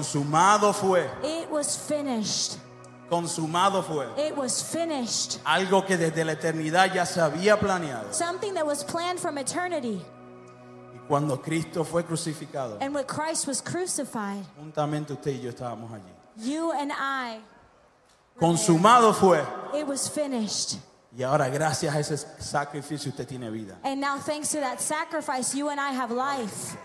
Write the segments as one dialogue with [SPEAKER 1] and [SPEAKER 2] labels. [SPEAKER 1] Consumado fue.
[SPEAKER 2] It was finished.
[SPEAKER 1] Consumado fue.
[SPEAKER 2] It was finished.
[SPEAKER 1] Algo que desde la eternidad ya se había planeado.
[SPEAKER 2] Something that was planned from eternity.
[SPEAKER 1] Y cuando Cristo fue crucificado,
[SPEAKER 2] And when Christ was crucified,
[SPEAKER 1] juntamente usted y yo estábamos allí.
[SPEAKER 2] you and I,
[SPEAKER 1] Consumado fue.
[SPEAKER 2] it was finished.
[SPEAKER 1] Y ahora gracias a ese sacrificio usted tiene vida.
[SPEAKER 2] And now, thanks to that sacrifice, you and I have life.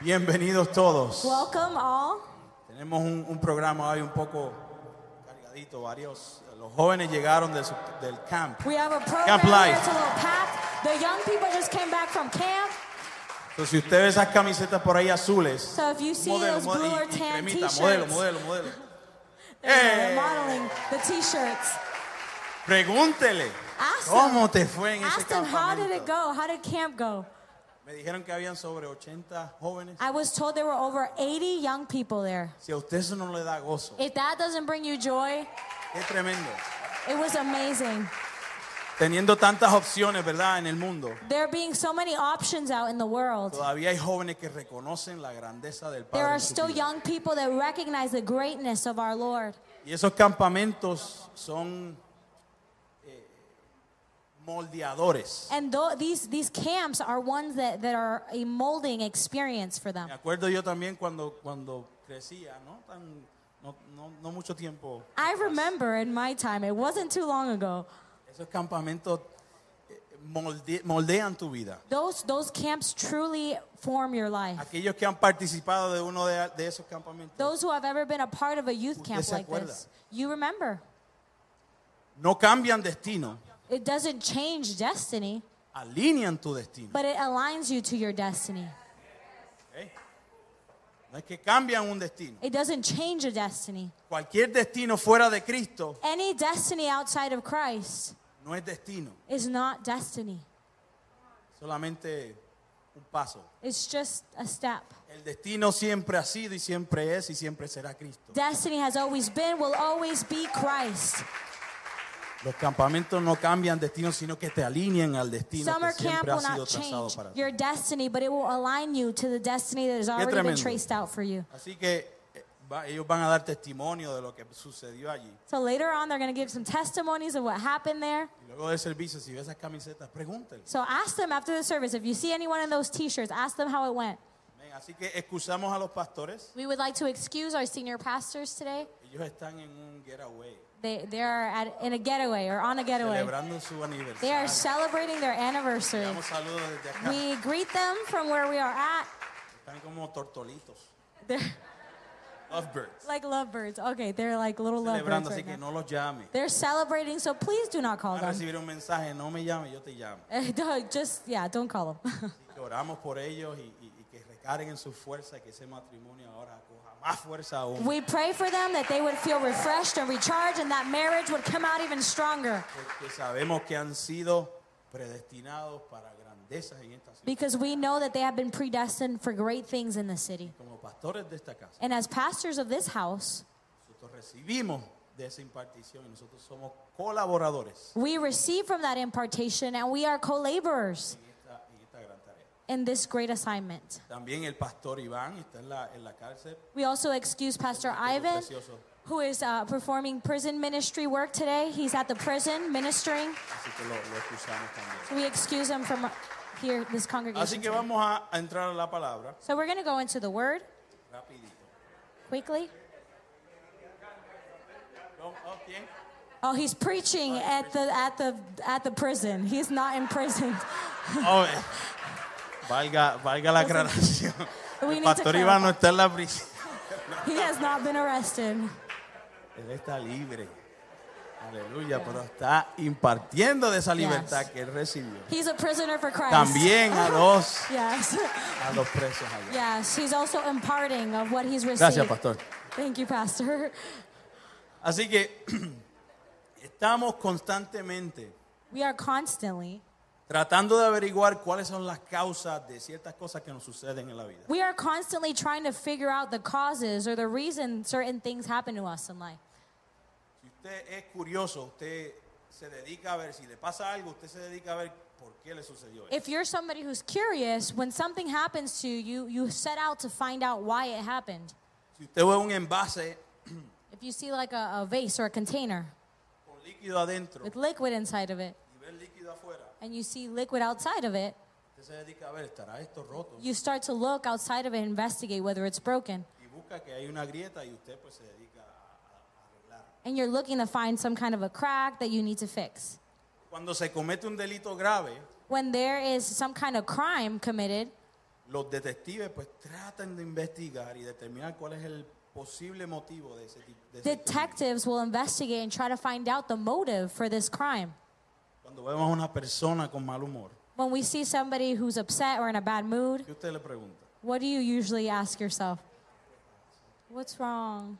[SPEAKER 1] Bienvenidos todos.
[SPEAKER 2] Welcome, all.
[SPEAKER 1] Tenemos un, un programa hoy un poco cargadito, varios. Los jóvenes llegaron de su- del camp.
[SPEAKER 2] We have a program.
[SPEAKER 1] Camp Life.
[SPEAKER 2] It's a little packed. The young people just came back from camp.
[SPEAKER 1] Entonces, si usted ve esas camisetas por ahí azules,
[SPEAKER 2] So if you see
[SPEAKER 1] modelo,
[SPEAKER 2] those
[SPEAKER 1] modelo,
[SPEAKER 2] blue or
[SPEAKER 1] y- y
[SPEAKER 2] tan
[SPEAKER 1] cremita,
[SPEAKER 2] t-shirts,
[SPEAKER 1] modelo, modelo, modelo.
[SPEAKER 2] they're
[SPEAKER 1] Hey.
[SPEAKER 2] modeling the t-shirts.
[SPEAKER 1] Pregúntele,
[SPEAKER 2] Ask
[SPEAKER 1] ¿cómo te fue en Oh, ese
[SPEAKER 2] Ask them, how did it
[SPEAKER 1] campamento?
[SPEAKER 2] go? How did camp go?
[SPEAKER 1] Me dijeron que habían sobre 80 jóvenes.
[SPEAKER 2] I was told there were over 80 young people there.
[SPEAKER 1] Si a usted eso no le da gozo,
[SPEAKER 2] If that doesn't bring you joy,
[SPEAKER 1] qué tremendo.
[SPEAKER 2] it was amazing.
[SPEAKER 1] Teniendo tantas opciones, ¿verdad? En el mundo,
[SPEAKER 2] There being so many options out in the world,
[SPEAKER 1] todavía hay jóvenes que reconocen la grandeza del
[SPEAKER 2] there
[SPEAKER 1] Padre.
[SPEAKER 2] are
[SPEAKER 1] en su
[SPEAKER 2] still
[SPEAKER 1] vida.
[SPEAKER 2] young people that recognize the greatness of our Lord.
[SPEAKER 1] Y esos campamentos son eh, moldeadores.
[SPEAKER 2] And tho- these, these camps are ones that, that are a molding experience for them.
[SPEAKER 1] Me acuerdo yo también cuando, cuando crecía, ¿no? Tan- no, no- no mucho tiempo.
[SPEAKER 2] I remember in my time, it wasn't too long ago,
[SPEAKER 1] Esos campamentos eh, molde- moldean tu vida.
[SPEAKER 2] those, those camps truly form your life.
[SPEAKER 1] Aquellos que han participado de uno de, de esos campamentos
[SPEAKER 2] Those who have ever been a part of a youth
[SPEAKER 1] Usted
[SPEAKER 2] camp
[SPEAKER 1] se
[SPEAKER 2] like
[SPEAKER 1] acuerda.
[SPEAKER 2] this, you remember.
[SPEAKER 1] no cambian destino,
[SPEAKER 2] It doesn't change destiny,
[SPEAKER 1] alinean tu destino.
[SPEAKER 2] but it aligns you to your destiny.
[SPEAKER 1] ¿ok? No es que cambian un destino.
[SPEAKER 2] It doesn't change a destiny.
[SPEAKER 1] Cualquier destino fuera de Cristo
[SPEAKER 2] Any destiny outside of Christ
[SPEAKER 1] no es destino,
[SPEAKER 2] is not destiny,
[SPEAKER 1] solamente un paso.
[SPEAKER 2] it's just a step.
[SPEAKER 1] El destino siempre ha sido y siempre es y siempre será Cristo.
[SPEAKER 2] Destiny has always been, will always be Christ.
[SPEAKER 1] Los campamentos no cambian destino, sino que te alinean al destino
[SPEAKER 2] Summer
[SPEAKER 1] que
[SPEAKER 2] camp
[SPEAKER 1] siempre ha
[SPEAKER 2] will
[SPEAKER 1] sido
[SPEAKER 2] not
[SPEAKER 1] trazado
[SPEAKER 2] change
[SPEAKER 1] para ti.
[SPEAKER 2] your destiny, but it will align you to the destiny that has already been
[SPEAKER 1] tremendo.
[SPEAKER 2] traced out for you.
[SPEAKER 1] Así que eh, va- ellos van a dar testimonio de lo que sucedió allí.
[SPEAKER 2] So later on, they're going to give some testimonies of what happened there.
[SPEAKER 1] Y luego del servicio, si ves esas camisetas, pregúntale.
[SPEAKER 2] So ask them after the service if you see anyone in those t shirts, ask them how it went.
[SPEAKER 1] Amén. Así que excusamos a los pastores.
[SPEAKER 2] We would like to excuse our senior pastors today.
[SPEAKER 1] Ellos están en un getaway,
[SPEAKER 2] They, they are at, in a getaway or on a getaway.
[SPEAKER 1] celebrando su
[SPEAKER 2] They are
[SPEAKER 1] aniversario.
[SPEAKER 2] celebrating their anniversary.
[SPEAKER 1] Damos saludos desde acá.
[SPEAKER 2] We greet them from where we are at.
[SPEAKER 1] Están como tortolitos,
[SPEAKER 2] They're
[SPEAKER 1] lovebirds,
[SPEAKER 2] like lovebirds. Okay, they're like little lovebirds.
[SPEAKER 1] celebrando. Así
[SPEAKER 2] Right
[SPEAKER 1] que
[SPEAKER 2] now.
[SPEAKER 1] no los llame.
[SPEAKER 2] They're celebrating, so please do not call
[SPEAKER 1] Van a
[SPEAKER 2] them. Eh,
[SPEAKER 1] recibir un mensaje, no me llame, yo te llamo.
[SPEAKER 2] Don't- Just, yeah, don't call them.
[SPEAKER 1] que oramos por ellos y, y- y que recarguen su fuerza, que ese matrimonio ahora coja más fuerza aún.
[SPEAKER 2] We pray for them that they would feel refreshed and recharged and that marriage would come out even stronger
[SPEAKER 1] Porque sabemos que han sido predestinados para grandezas en esta ciudad.
[SPEAKER 2] because we know that they have been predestined for great things in the city.
[SPEAKER 1] Como pastores de esta casa,
[SPEAKER 2] And as pastors of this house,
[SPEAKER 1] nosotros recibimos de esa impartición y nosotros somos colaboradores
[SPEAKER 2] we receive from that impartation and we are co laborers
[SPEAKER 1] en esta, en esta gran tarea.
[SPEAKER 2] in this great assignment.
[SPEAKER 1] También el pastor Iván está en la, en la cárcel.
[SPEAKER 2] We also excuse Pastor Ivan,
[SPEAKER 1] Precioso.
[SPEAKER 2] who is uh, performing prison ministry work today. He's at the prison ministering.
[SPEAKER 1] Así que lo, lo excusamos también.
[SPEAKER 2] We excuse him from here, this
[SPEAKER 1] Así
[SPEAKER 2] congregation.
[SPEAKER 1] que vamos a, a entrar a la palabra
[SPEAKER 2] So we're going to go into the word
[SPEAKER 1] rapidito.
[SPEAKER 2] quickly.
[SPEAKER 1] ¿Cómo? Oh, ¿Quién?
[SPEAKER 2] Oh, he's preaching at the at the at the prison. He's not in prison.
[SPEAKER 1] Oh, eh, valga, valga la aclaración.
[SPEAKER 2] We
[SPEAKER 1] El
[SPEAKER 2] need
[SPEAKER 1] pastor
[SPEAKER 2] to
[SPEAKER 1] Iván no está en la prisión.
[SPEAKER 2] He has not been arrested.
[SPEAKER 1] Él está libre. Aleluya, pero está impartiendo de esa libertad que él recibió.
[SPEAKER 2] He's a prisoner for Christ.
[SPEAKER 1] También a los,
[SPEAKER 2] Yes.
[SPEAKER 1] a los presos allá.
[SPEAKER 2] Yes. He's also imparting of what he's received.
[SPEAKER 1] Gracias, pastor.
[SPEAKER 2] Thank you, Pastor.
[SPEAKER 1] Así que estamos constantemente
[SPEAKER 2] We are constantly
[SPEAKER 1] tratando de averiguar cuáles son las causas de ciertas cosas que nos suceden en la vida.
[SPEAKER 2] we are constantly trying to figure out the causes or the reason certain things happen to us in life.
[SPEAKER 1] Si usted es curioso, usted se dedica a ver, si le pasa algo, usted se dedica a ver por qué le sucedió eso.
[SPEAKER 2] If you're somebody who's curious, when something happens to you, you set out to find out why it happened.
[SPEAKER 1] Si usted ve un envase
[SPEAKER 2] If you see like a, a vase or a container
[SPEAKER 1] con líquido adentro
[SPEAKER 2] with liquid inside of it,
[SPEAKER 1] y ve el líquido afuera,
[SPEAKER 2] and you see liquid outside of it,
[SPEAKER 1] usted se dedica a ver, ¿estará esto roto?
[SPEAKER 2] you start to look outside of it and investigate whether it's broken.
[SPEAKER 1] Y busca que hay una grieta y usted pues se dedica a, a arreglar.
[SPEAKER 2] And you're looking to find some kind of a crack that you need to fix.
[SPEAKER 1] Cuando se comete un delito grave,
[SPEAKER 2] When there is some kind of crime committed,
[SPEAKER 1] los detectives pues tratan de investigar y determinar cuál es el posible motivo de ese tipo de ese crimen.
[SPEAKER 2] detectives will investigate and try to find out the motive for this crime.
[SPEAKER 1] Cuando vemos a una persona con mal humor,
[SPEAKER 2] When we see somebody who's upset or in a bad mood,
[SPEAKER 1] ¿qué usted le pregunta?
[SPEAKER 2] what do you usually ask yourself? What's wrong?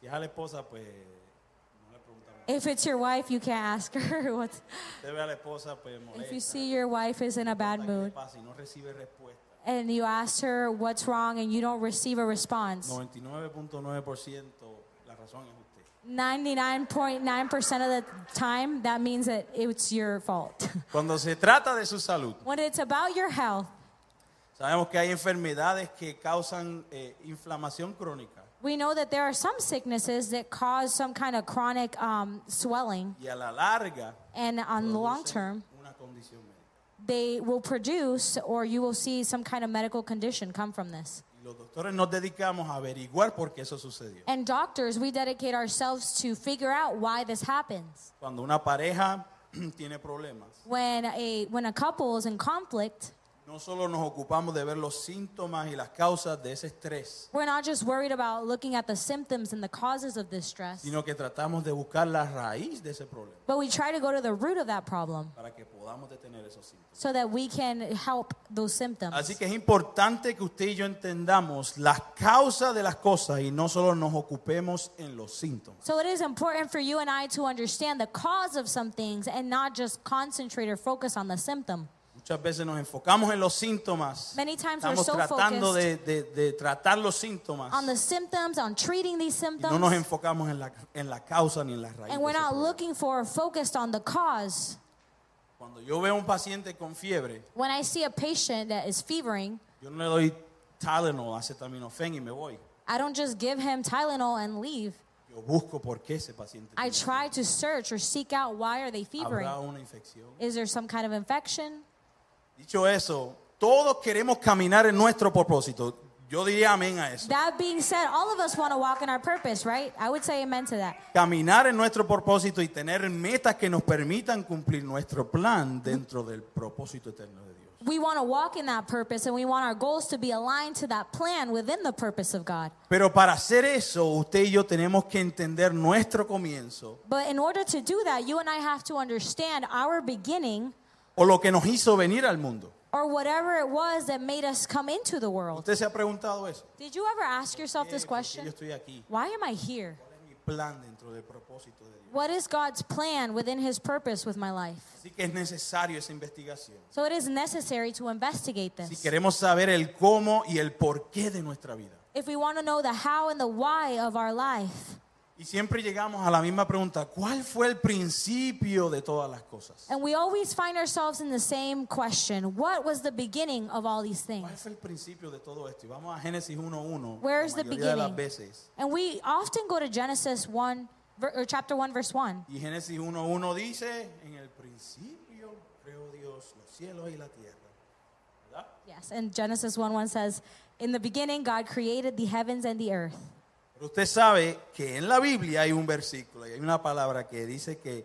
[SPEAKER 1] Si es a la esposa, pues no le pregunta nada.
[SPEAKER 2] If it's your wife, you can't ask her what's.
[SPEAKER 1] Usted ve a la esposa, pues
[SPEAKER 2] If you
[SPEAKER 1] molesta.
[SPEAKER 2] see your wife is in a bad
[SPEAKER 1] ¿Qué le
[SPEAKER 2] mood
[SPEAKER 1] pasa? Y no recibe respuesta.
[SPEAKER 2] and you ask her what's wrong and you don't receive a response,
[SPEAKER 1] 99.9% la razón es usted.
[SPEAKER 2] 99.9% of the time, that means that it's your fault.
[SPEAKER 1] Cuando se trata de su salud,
[SPEAKER 2] when it's about your health,
[SPEAKER 1] sabemos que hay enfermedades que causan eh, inflamación crónica
[SPEAKER 2] we know that there are some sicknesses that cause some kind of chronic um, swelling,
[SPEAKER 1] y a la larga
[SPEAKER 2] and on the long
[SPEAKER 1] producen
[SPEAKER 2] term,
[SPEAKER 1] una condición médica.
[SPEAKER 2] they will produce or you will see some kind of medical condition come from this.
[SPEAKER 1] Y los doctores nos dedicamos a averiguar por qué eso sucedió.
[SPEAKER 2] And doctors, we dedicate ourselves to figure out why this happens.
[SPEAKER 1] Cuando una pareja tiene problemas,
[SPEAKER 2] When a when a couple is in conflict,
[SPEAKER 1] no solo nos ocupamos de ver los síntomas y las causas de ese estrés,
[SPEAKER 2] we're not just worried about looking at the symptoms and the causes of this stress,
[SPEAKER 1] sino que tratamos de buscar la raíz de ese problema
[SPEAKER 2] but we try to go to the root of that problem
[SPEAKER 1] para que podamos detener esos síntomas.
[SPEAKER 2] so that we can help those symptoms.
[SPEAKER 1] Así que es importante que usted y yo entendamos las causas de las cosas y no solo nos ocupemos en los síntomas.
[SPEAKER 2] So it is important for you and I to understand the cause of some things and not just concentrate or focus on the symptom.
[SPEAKER 1] Muchas veces nos enfocamos en los síntomas.
[SPEAKER 2] Many times we're
[SPEAKER 1] Estamos
[SPEAKER 2] so
[SPEAKER 1] tratando de,
[SPEAKER 2] focused
[SPEAKER 1] de- de tratar los síntomas.
[SPEAKER 2] on the symptoms, on treating these
[SPEAKER 1] Y no nos
[SPEAKER 2] symptoms,
[SPEAKER 1] enfocamos en la, en la causa ni en la raíz.
[SPEAKER 2] and
[SPEAKER 1] de
[SPEAKER 2] we're
[SPEAKER 1] ese
[SPEAKER 2] not
[SPEAKER 1] problema.
[SPEAKER 2] looking for or focused on the cause.
[SPEAKER 1] Cuando yo veo a un paciente con fiebre,
[SPEAKER 2] When I see a patient that is fevering,
[SPEAKER 1] yo no le doy Tylenol, acetaminofén y me voy.
[SPEAKER 2] I don't just give him Tylenol and leave.
[SPEAKER 1] Yo busco por qué ese paciente
[SPEAKER 2] I
[SPEAKER 1] tiene
[SPEAKER 2] try to search or seek out why are they
[SPEAKER 1] fiebre.
[SPEAKER 2] fevering?
[SPEAKER 1] habrá una infección.
[SPEAKER 2] Is there some kind of infection?
[SPEAKER 1] Dicho eso, todos queremos caminar en nuestro propósito. Yo diría amén a eso.
[SPEAKER 2] That being said, all of us want to walk in our purpose, right? I would say amen to that.
[SPEAKER 1] caminar en nuestro propósito y tener metas que nos permitan cumplir nuestro plan dentro del propósito eterno de Dios.
[SPEAKER 2] We want to walk in that purpose and we want our goals to be aligned to that plan within the purpose of God.
[SPEAKER 1] Pero para hacer eso, usted y yo tenemos que entender nuestro comienzo
[SPEAKER 2] But in order to do that, you and I have to understand our beginning
[SPEAKER 1] o lo que nos hizo venir al mundo.
[SPEAKER 2] or whatever it was that made us come into the world.
[SPEAKER 1] ¿Usted se ha preguntado eso?
[SPEAKER 2] Did you ever ask yourself
[SPEAKER 1] ¿Por
[SPEAKER 2] this
[SPEAKER 1] qué yo
[SPEAKER 2] question?
[SPEAKER 1] estoy aquí?
[SPEAKER 2] Why am I here?
[SPEAKER 1] ¿Cuál es mi plan dentro del propósito de Dios?
[SPEAKER 2] What is God's plan within his purpose with my life?
[SPEAKER 1] Así que es necesario esa investigación.
[SPEAKER 2] So it is necessary to investigate
[SPEAKER 1] Si
[SPEAKER 2] this.
[SPEAKER 1] queremos saber el cómo y el por qué de nuestra vida.
[SPEAKER 2] If we want to know the how and the why of our life,
[SPEAKER 1] Y siempre llegamos a la misma pregunta, ¿cuál fue el principio de todas las cosas?
[SPEAKER 2] and we always find ourselves in the same question what was the beginning of all these things?
[SPEAKER 1] ¿Cuál fue el principio de todo esto? Y vamos a Génesis 1.1.
[SPEAKER 2] Where is
[SPEAKER 1] la
[SPEAKER 2] the
[SPEAKER 1] mayoría de las
[SPEAKER 2] beginning?
[SPEAKER 1] veces.
[SPEAKER 2] And we often go to Genesis 1 ver- or chapter 1 verse 1.
[SPEAKER 1] Y Génesis 1.1 dice, en el principio creó Dios los cielos y la tierra. ¿Verdad?
[SPEAKER 2] Yes, and Genesis 1 1 says, "In the beginning God created the heavens and the earth."
[SPEAKER 1] Pero usted sabe que en la Biblia hay un versículo y hay una palabra que dice que,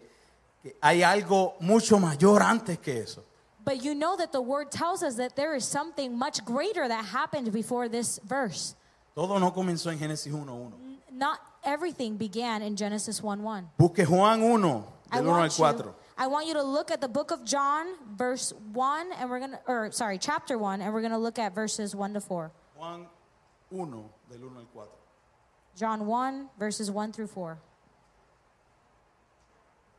[SPEAKER 1] que hay algo mucho mayor antes que eso.
[SPEAKER 2] But you know that the word tells us that there is something much greater that happened before this verse.
[SPEAKER 1] Todo no comenzó en Génesis 1.1.
[SPEAKER 2] N- Not everything began in Genesis 1 1.
[SPEAKER 1] Busque Juan 1,
[SPEAKER 2] I
[SPEAKER 1] del 1 al
[SPEAKER 2] want, you,
[SPEAKER 1] 4.
[SPEAKER 2] I want you to look at the book of John, verse 1, and we're going to, or sorry, chapter 1, and we're going to look at verses 1 to 4.
[SPEAKER 1] Juan 1, del 1 al 4.
[SPEAKER 2] John 1, verses 1 through 4.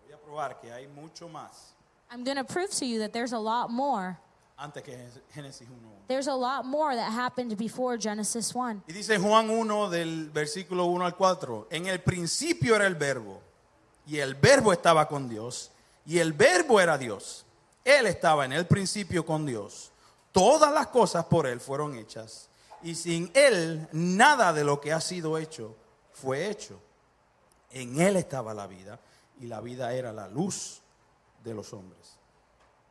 [SPEAKER 1] Voy a probar que hay mucho más
[SPEAKER 2] I'm going to prove to you that there's a lot more
[SPEAKER 1] antes que Génesis 1.1.
[SPEAKER 2] There's a lot more that happened before Genesis 1.
[SPEAKER 1] Y dice Juan 1 del versículo 1 al 4, en el principio era el verbo, y el verbo estaba con Dios, y el verbo era Dios. Él estaba en el principio con Dios. Todas las cosas por Él fueron hechas. Y sin Él nada de lo que ha sido hecho fue hecho. En Él estaba la vida y la vida era la luz de los hombres.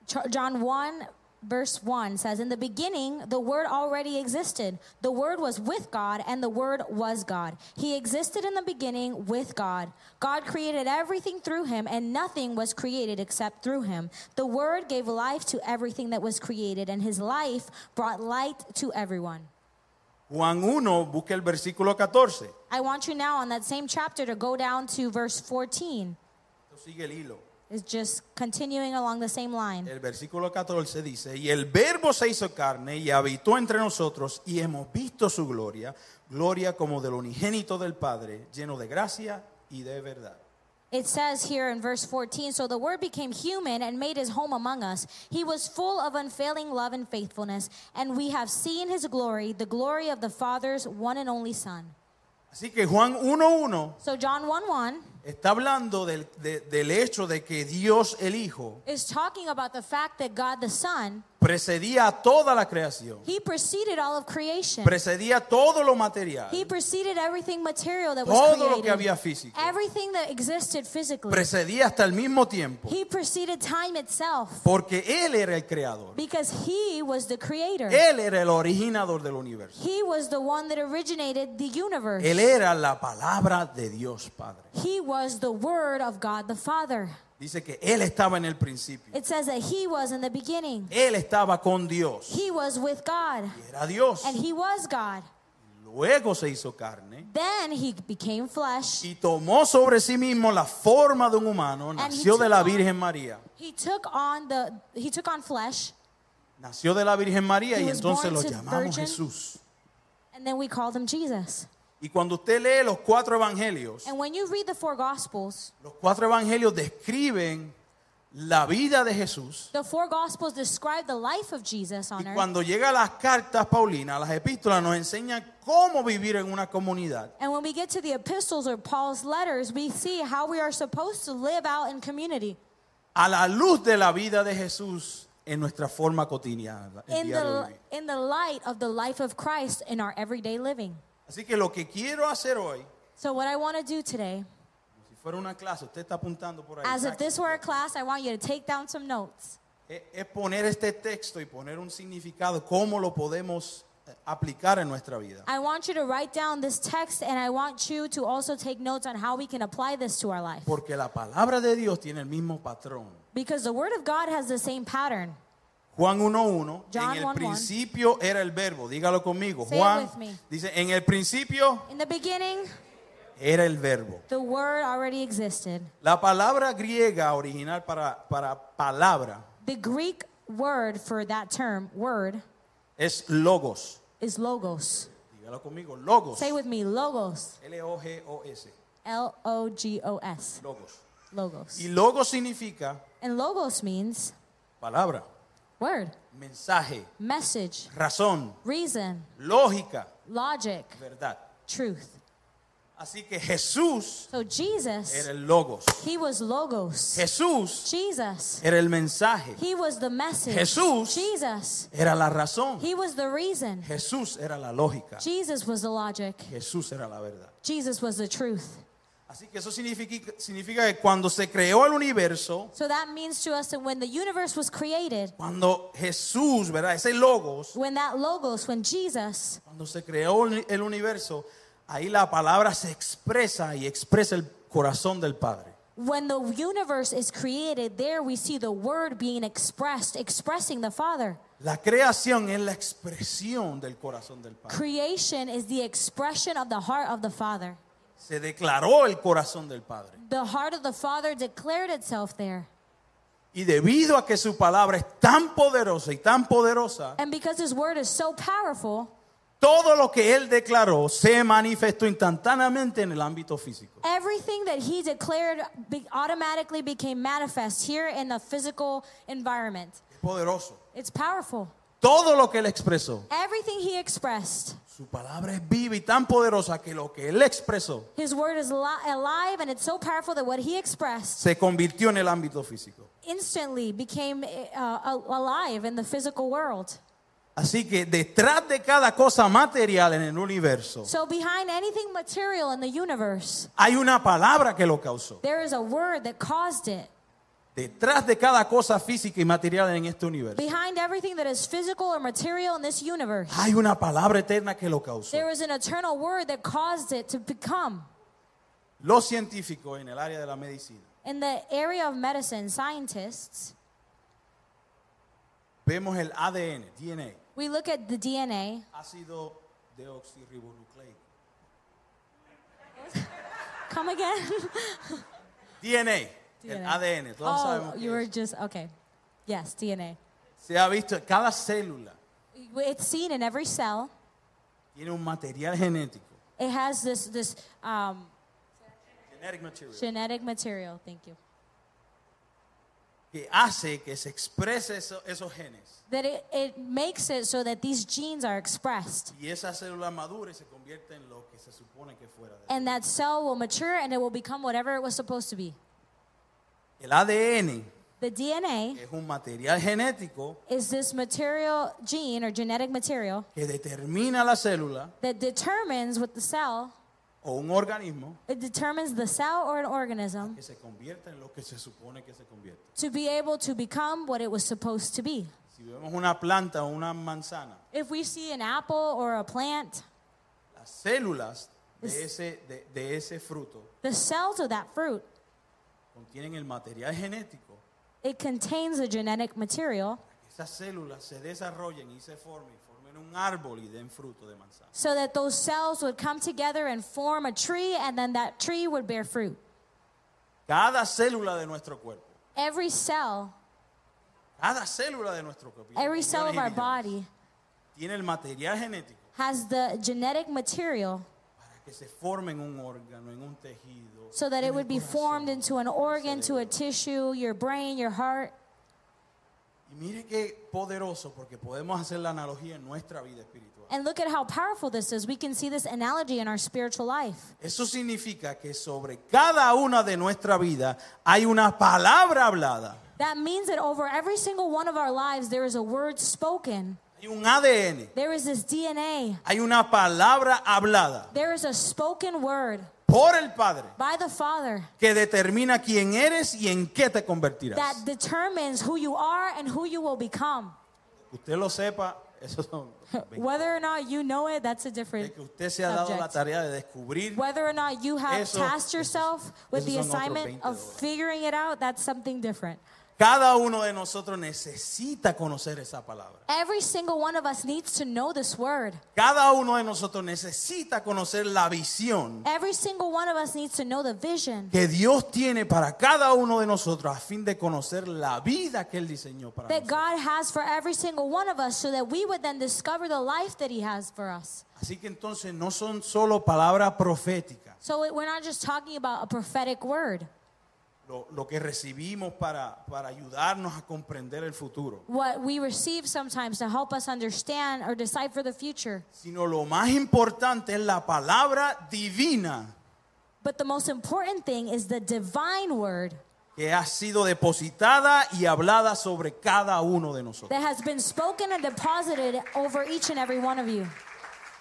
[SPEAKER 2] Ch- John 1, verse 1 says, In the beginning, the Word already existed. The Word was with God, and the Word was God. He existed in the beginning with God. God created everything through him, and nothing was created except through him. The Word gave life to everything that was created, and his life brought light to everyone.
[SPEAKER 1] Juan 1, busca el versículo 14.
[SPEAKER 2] I want you now on that same chapter to go down to verse 14.
[SPEAKER 1] Esto sigue el hilo.
[SPEAKER 2] It's just continuing along the same line.
[SPEAKER 1] El versículo 14 dice, y el verbo se hizo carne y habitó entre nosotros y hemos visto su gloria, gloria como del unigénito del Padre, lleno de gracia y de verdad.
[SPEAKER 2] It says here in verse 14 So the Word became human and made his home among us. He was full of unfailing love and faithfulness, and we have seen his glory, the glory of the Father's one and only Son.
[SPEAKER 1] Así que Juan 1.1
[SPEAKER 2] So John 1 1
[SPEAKER 1] está hablando del, de- del hecho de que Dios el Hijo
[SPEAKER 2] is talking about the fact that God the Son,
[SPEAKER 1] precedía a toda la creación,
[SPEAKER 2] he preceded all of creation.
[SPEAKER 1] precedía todo lo material,
[SPEAKER 2] He preceded everything material that was
[SPEAKER 1] todo
[SPEAKER 2] created.
[SPEAKER 1] lo que había físico,
[SPEAKER 2] Everything that existed physically.
[SPEAKER 1] precedía hasta el mismo tiempo,
[SPEAKER 2] he preceded time itself
[SPEAKER 1] porque Él era el creador,
[SPEAKER 2] because he was the creator.
[SPEAKER 1] Él era el originador del universo.
[SPEAKER 2] he was the one that originated the universe.
[SPEAKER 1] Él era la palabra de Dios Padre.
[SPEAKER 2] He was the Word of God the Father.
[SPEAKER 1] Dice que Él estaba en el principio.
[SPEAKER 2] It says that He was in the beginning.
[SPEAKER 1] Él estaba con Dios.
[SPEAKER 2] He was with God,
[SPEAKER 1] Y Era Dios.
[SPEAKER 2] and He was God.
[SPEAKER 1] Luego se hizo carne
[SPEAKER 2] Then He became flesh.
[SPEAKER 1] y tomó sobre sí mismo la forma de un humano. Nació de la Virgen María.
[SPEAKER 2] He took on the He took on flesh,
[SPEAKER 1] Nació de la Virgen María y
[SPEAKER 2] He was
[SPEAKER 1] entonces
[SPEAKER 2] born
[SPEAKER 1] lo
[SPEAKER 2] to
[SPEAKER 1] llamamos
[SPEAKER 2] virgin.
[SPEAKER 1] Jesús.
[SPEAKER 2] and then we called Him Jesus.
[SPEAKER 1] Y cuando usted lee los cuatro evangelios,
[SPEAKER 2] And when you read the four Gospels,
[SPEAKER 1] los cuatro evangelios describen la vida de Jesús.
[SPEAKER 2] the four Gospels describe the life of Jesus
[SPEAKER 1] Y
[SPEAKER 2] on earth.
[SPEAKER 1] cuando llega a las cartas paulinas, a las epístolas, nos enseñan cómo vivir en una comunidad.
[SPEAKER 2] And when we get to the epistles or Paul's letters, we see how we are supposed to live out in community
[SPEAKER 1] a la luz de la vida de Jesús en nuestra forma cotidiana. el
[SPEAKER 2] in
[SPEAKER 1] día de
[SPEAKER 2] the
[SPEAKER 1] hoy.
[SPEAKER 2] in the light of the life of Christ in our everyday living.
[SPEAKER 1] Así que lo que quiero hacer hoy,
[SPEAKER 2] So what I want to do today,
[SPEAKER 1] si fuera una clase, usted está apuntando por ahí,
[SPEAKER 2] as if
[SPEAKER 1] saque.
[SPEAKER 2] this were a class, I want you to take down some notes.
[SPEAKER 1] es, es poner este texto y poner un significado, cómo lo podemos eh, aplicar en nuestra vida.
[SPEAKER 2] I want you to write down this text and I want you to also take notes on how we can apply this to our life.
[SPEAKER 1] Porque la palabra de Dios tiene el mismo patrón.
[SPEAKER 2] Because the word of God has the same pattern.
[SPEAKER 1] Juan 1.1, en
[SPEAKER 2] John
[SPEAKER 1] el
[SPEAKER 2] 1:1.
[SPEAKER 1] principio era el verbo, dígalo conmigo.
[SPEAKER 2] Say it
[SPEAKER 1] Juan
[SPEAKER 2] with me.
[SPEAKER 1] dice, en el principio
[SPEAKER 2] In the beginning,
[SPEAKER 1] era el verbo.
[SPEAKER 2] the word already existed.
[SPEAKER 1] La palabra griega original para, para palabra
[SPEAKER 2] The Greek word for that term, word,
[SPEAKER 1] es logos.
[SPEAKER 2] is logos.
[SPEAKER 1] Dígalo conmigo, logos.
[SPEAKER 2] Say with me, logos.
[SPEAKER 1] L-O-G-O-S,
[SPEAKER 2] L O G O S.
[SPEAKER 1] logos. Y
[SPEAKER 2] Logos.
[SPEAKER 1] logos significa
[SPEAKER 2] And logos means
[SPEAKER 1] palabra,
[SPEAKER 2] word,
[SPEAKER 1] mensaje,
[SPEAKER 2] message,
[SPEAKER 1] razón,
[SPEAKER 2] reason,
[SPEAKER 1] lógica,
[SPEAKER 2] logic,
[SPEAKER 1] verdad.
[SPEAKER 2] truth.
[SPEAKER 1] Así que Jesús
[SPEAKER 2] So Jesus,
[SPEAKER 1] era el logos.
[SPEAKER 2] he was logos.
[SPEAKER 1] Jesús
[SPEAKER 2] Jesus,
[SPEAKER 1] era el mensaje.
[SPEAKER 2] he was the message.
[SPEAKER 1] Jesús.
[SPEAKER 2] Jesus,
[SPEAKER 1] Era la razón.
[SPEAKER 2] he was the reason.
[SPEAKER 1] Jesús era la lógica.
[SPEAKER 2] Jesus was the logic.
[SPEAKER 1] Jesús era la verdad.
[SPEAKER 2] Jesus was the truth.
[SPEAKER 1] Así que eso significa, significa que cuando se creó el universo,
[SPEAKER 2] So that means to us that when the universe was created,
[SPEAKER 1] cuando Jesús, ¿verdad? Ese logos,
[SPEAKER 2] when that logos, when Jesus,
[SPEAKER 1] Cuando se creó el el universo, ahí la palabra se expresa y expresa el corazón del Padre.
[SPEAKER 2] when the universe is created, there we see the word being expressed, expressing the Father.
[SPEAKER 1] La creación es la expresión del corazón del Padre.
[SPEAKER 2] Creation is the expression of the heart of the Father.
[SPEAKER 1] Se declaró el corazón del Padre.
[SPEAKER 2] The heart of the Father declared itself there.
[SPEAKER 1] Y debido a que su palabra es tan poderosa y tan poderosa,
[SPEAKER 2] And because his word is so powerful,
[SPEAKER 1] todo lo que él declaró se manifestó instantáneamente en el ámbito físico.
[SPEAKER 2] everything that he declared be- automatically became manifest here in the physical environment.
[SPEAKER 1] Es poderoso.
[SPEAKER 2] It's powerful.
[SPEAKER 1] Todo lo que él expresó,
[SPEAKER 2] Everything he expressed,
[SPEAKER 1] Su palabra es viva y tan poderosa que lo que él expresó
[SPEAKER 2] His word is li- alive and it's so powerful that what he expressed
[SPEAKER 1] se convirtió en el ámbito físico.
[SPEAKER 2] instantly became uh, al- alive in the physical world.
[SPEAKER 1] Así que detrás de cada cosa material en el universo
[SPEAKER 2] So behind anything material in the universe,
[SPEAKER 1] hay una palabra que lo causó.
[SPEAKER 2] there is a word that caused it.
[SPEAKER 1] Detrás de cada cosa física y material en este universo
[SPEAKER 2] Behind everything that is physical or material in this universe,
[SPEAKER 1] hay una palabra eterna que lo causó.
[SPEAKER 2] there is an eternal word that caused it to become.
[SPEAKER 1] Los científicos en el área de la medicina
[SPEAKER 2] In the area of medicine, scientists,
[SPEAKER 1] vemos el ADN, DNA,
[SPEAKER 2] we look at the DNA.
[SPEAKER 1] ácido deoxirribonucleico.
[SPEAKER 2] Come again?
[SPEAKER 1] DNA, el
[SPEAKER 2] DNA.
[SPEAKER 1] ADN, todos
[SPEAKER 2] oh,
[SPEAKER 1] sabemos. que
[SPEAKER 2] you were
[SPEAKER 1] es.
[SPEAKER 2] just, okay. Yes, DNA.
[SPEAKER 1] Se ha visto, cada célula
[SPEAKER 2] It's seen in every cell.
[SPEAKER 1] tiene un material genético.
[SPEAKER 2] It has this, this um,
[SPEAKER 1] Genetic material.
[SPEAKER 2] genetic material. Thank you.
[SPEAKER 1] que hace que se exprese eso- esos genes.
[SPEAKER 2] That it, it makes it so that these genes are expressed.
[SPEAKER 1] Y esa célula madura y se convierte en lo que se supone que fuera. de-
[SPEAKER 2] And that cell will mature and it will become whatever it was supposed to be.
[SPEAKER 1] El ADN
[SPEAKER 2] The DNA
[SPEAKER 1] es un material genético
[SPEAKER 2] is this material gene or genetic material
[SPEAKER 1] que determina la célula
[SPEAKER 2] that determines what the cell,
[SPEAKER 1] o un organismo
[SPEAKER 2] it determines the cell or an organism
[SPEAKER 1] que se convierta en lo que se supone que se convierte.
[SPEAKER 2] to be able to become what it was supposed to be.
[SPEAKER 1] Si vemos una planta o una manzana,
[SPEAKER 2] If we see an apple or a plant,
[SPEAKER 1] las células de
[SPEAKER 2] Es-
[SPEAKER 1] ese, de- de ese fruto
[SPEAKER 2] the cells of that fruit,
[SPEAKER 1] contienen el material genético.
[SPEAKER 2] it contains the genetic material
[SPEAKER 1] Esas células se desarrollen y se formen, y formen un árbol y den fruto de manzana.
[SPEAKER 2] so that those cells would come together and form a tree and then that tree would bear fruit.
[SPEAKER 1] Cada célula de nuestro cuerpo
[SPEAKER 2] Every cell,
[SPEAKER 1] Cada célula de nuestro cuerpo
[SPEAKER 2] every cell of our
[SPEAKER 1] millones y millones,
[SPEAKER 2] body
[SPEAKER 1] tiene el material genético
[SPEAKER 2] has the genetic material
[SPEAKER 1] para que se forme en un órgano, en un tejido.
[SPEAKER 2] so that
[SPEAKER 1] en
[SPEAKER 2] it
[SPEAKER 1] el
[SPEAKER 2] would be
[SPEAKER 1] corazón,
[SPEAKER 2] formed into an
[SPEAKER 1] en el
[SPEAKER 2] organ, to a
[SPEAKER 1] cerebro.
[SPEAKER 2] tissue, your brain, your heart.
[SPEAKER 1] Y mire qué poderoso porque podemos hacer la analogía en nuestra vida espiritual.
[SPEAKER 2] And look at how powerful this is. We can see this analogy in our spiritual life.
[SPEAKER 1] Eso significa que sobre cada una de nuestra vida hay una palabra hablada,
[SPEAKER 2] That means that over every single one of our lives, there is a word spoken.
[SPEAKER 1] hay un ADN,
[SPEAKER 2] There is this DNA.
[SPEAKER 1] hay una palabra hablada
[SPEAKER 2] There is a spoken word
[SPEAKER 1] por el Padre
[SPEAKER 2] by the Father
[SPEAKER 1] que determina quién eres y en qué te
[SPEAKER 2] that
[SPEAKER 1] convertirás.
[SPEAKER 2] determines who you are and who you will become.
[SPEAKER 1] Usted lo sepa, esos son 20
[SPEAKER 2] Whether or not you know it, that's a
[SPEAKER 1] de
[SPEAKER 2] different.
[SPEAKER 1] que usted se ha dado la
[SPEAKER 2] subject.
[SPEAKER 1] tarea de descubrir
[SPEAKER 2] Whether or not you have
[SPEAKER 1] Eso-
[SPEAKER 2] tasked yourself with
[SPEAKER 1] esos son
[SPEAKER 2] the
[SPEAKER 1] otros 20
[SPEAKER 2] assignment of
[SPEAKER 1] dólares.
[SPEAKER 2] figuring it out, that's something different.
[SPEAKER 1] cada uno de nosotros necesita conocer esa palabra
[SPEAKER 2] Every single one of us needs to know this word.
[SPEAKER 1] cada uno de nosotros necesita conocer la visión
[SPEAKER 2] Every single one of us needs to know the vision
[SPEAKER 1] que Dios tiene para cada uno de nosotros a fin de conocer la vida que Él diseñó para
[SPEAKER 2] that
[SPEAKER 1] nosotros.
[SPEAKER 2] God has for every single one of us so that we would then discover the life that He has for us.
[SPEAKER 1] Así que entonces no son solo palabras proféticas,
[SPEAKER 2] So it- we're not just talking about a prophetic word,
[SPEAKER 1] lo, lo que recibimos para, para ayudarnos a comprender el futuro,
[SPEAKER 2] what we receive sometimes to help us understand or decipher the future.
[SPEAKER 1] sino lo más importante es la palabra divina
[SPEAKER 2] But the most important thing is the divine word
[SPEAKER 1] que ha sido depositada y hablada sobre cada uno de nosotros.
[SPEAKER 2] that has been spoken and deposited over each and every one of you.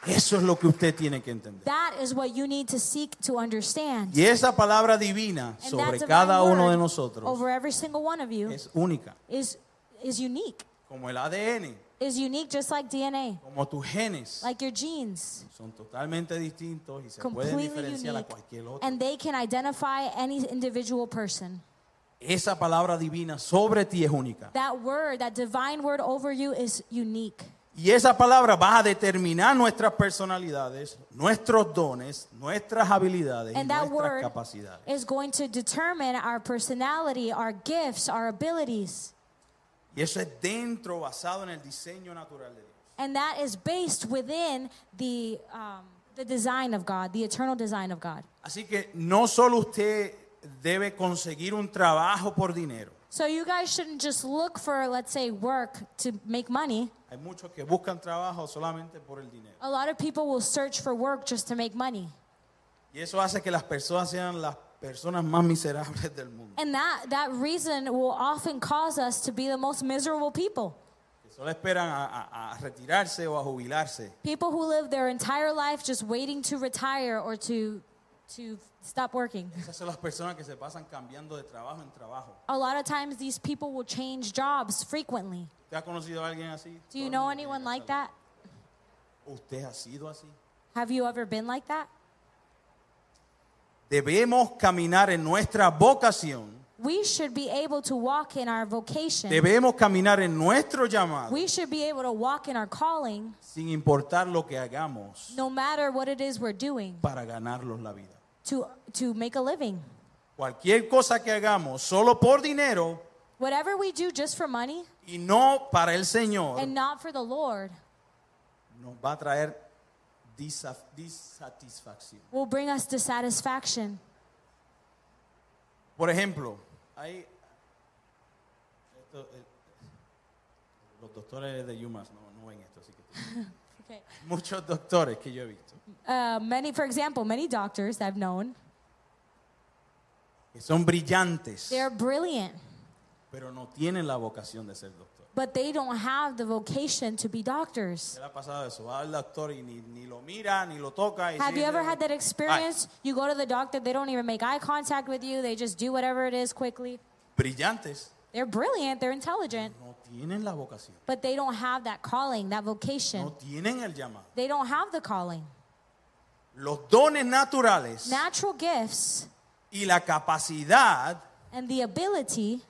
[SPEAKER 1] Eso es lo que usted tiene que entender.
[SPEAKER 2] That is what you need to seek to understand.
[SPEAKER 1] Y esa palabra divina
[SPEAKER 2] And that
[SPEAKER 1] sobre
[SPEAKER 2] divine
[SPEAKER 1] cada uno
[SPEAKER 2] word
[SPEAKER 1] de nosotros
[SPEAKER 2] over every single one of you
[SPEAKER 1] es única,
[SPEAKER 2] is is unique.
[SPEAKER 1] como el ADN,
[SPEAKER 2] Is unique just like DNA,
[SPEAKER 1] como tus genes
[SPEAKER 2] like your genes.
[SPEAKER 1] son totalmente distintos y se pueden
[SPEAKER 2] Completely
[SPEAKER 1] diferenciar a
[SPEAKER 2] unique.
[SPEAKER 1] cualquier otro.
[SPEAKER 2] And they can identify any individual person.
[SPEAKER 1] Esa palabra divina sobre ti es única.
[SPEAKER 2] That word, that divine word over you is unique.
[SPEAKER 1] Y esa palabra va a determinar nuestras personalidades, nuestros dones, nuestras habilidades y
[SPEAKER 2] And that
[SPEAKER 1] nuestras
[SPEAKER 2] word
[SPEAKER 1] capacidades.
[SPEAKER 2] is going to determine our personality, our gifts, our abilities.
[SPEAKER 1] Y eso es dentro, basado en el diseño natural de Dios.
[SPEAKER 2] And that is based within the, um, the design of God, the eternal design of God.
[SPEAKER 1] Así que no solo usted debe conseguir un trabajo por dinero,
[SPEAKER 2] So you guys shouldn't just look for, let's say, work to make money.
[SPEAKER 1] Hay muchos que buscan trabajo solamente por el dinero.
[SPEAKER 2] A lot of people will search for work just to make money.
[SPEAKER 1] Y eso hace que las personas sean las personas más miserables del mundo.
[SPEAKER 2] And that, that reason will often cause us to be the most miserable people.
[SPEAKER 1] Que solo esperan a, a- a retirarse o a jubilarse.
[SPEAKER 2] People who live their entire life just waiting to retire or to, to stop working.
[SPEAKER 1] Esas son las personas que se pasan cambiando de trabajo en trabajo.
[SPEAKER 2] A lot of times these people will change jobs frequently.
[SPEAKER 1] ¿Usted ha conocido a alguien así?
[SPEAKER 2] Do
[SPEAKER 1] Todo
[SPEAKER 2] you
[SPEAKER 1] el
[SPEAKER 2] know
[SPEAKER 1] mundo tiene
[SPEAKER 2] anyone
[SPEAKER 1] que
[SPEAKER 2] like
[SPEAKER 1] saber.
[SPEAKER 2] that?
[SPEAKER 1] ¿Usted ha sido así?
[SPEAKER 2] Have you ever been like that?
[SPEAKER 1] Debemos caminar en nuestra vocación.
[SPEAKER 2] We should be able to walk in our vocation.
[SPEAKER 1] Debemos caminar en nuestro llamado.
[SPEAKER 2] We should be able to walk in our calling
[SPEAKER 1] Sin importar lo que hagamos
[SPEAKER 2] no matter what it is we're doing
[SPEAKER 1] para ganarlos la vida.
[SPEAKER 2] to, to make a living.
[SPEAKER 1] Cualquier cosa que hagamos solo por dinero
[SPEAKER 2] Whatever we do just for money
[SPEAKER 1] y no para el Señor
[SPEAKER 2] and not for the Lord
[SPEAKER 1] nos va a traer disaf- disatisfacción.
[SPEAKER 2] will bring us dissatisfaction.
[SPEAKER 1] Por ejemplo, hay esto, eh, los doctores de UMass no, no ven esto, así que
[SPEAKER 2] Okay.
[SPEAKER 1] muchos doctores que yo he visto
[SPEAKER 2] Uh, many, for example, many doctors I've known,
[SPEAKER 1] que son brillantes,
[SPEAKER 2] they're brilliant,
[SPEAKER 1] pero no tienen la vocación de ser doctor.
[SPEAKER 2] but they don't have the vocation to be doctors.
[SPEAKER 1] ¿Qué le ha pasado eso? Va al doctor y ni, ni lo mira, ni lo toca. y
[SPEAKER 2] Have you
[SPEAKER 1] sigue-
[SPEAKER 2] ever had that
[SPEAKER 1] Ay,
[SPEAKER 2] experience? You go to the doctor, they don't even make eye contact with you, they just do whatever it is quickly.
[SPEAKER 1] brillantes
[SPEAKER 2] They're brilliant, they're intelligent,
[SPEAKER 1] no tienen la vocación,
[SPEAKER 2] but they don't have that calling, that
[SPEAKER 1] no
[SPEAKER 2] vocation.
[SPEAKER 1] tienen el llamado.
[SPEAKER 2] They don't have the calling.
[SPEAKER 1] Los dones naturales
[SPEAKER 2] Natural gifts
[SPEAKER 1] y la capacidad
[SPEAKER 2] and the ability.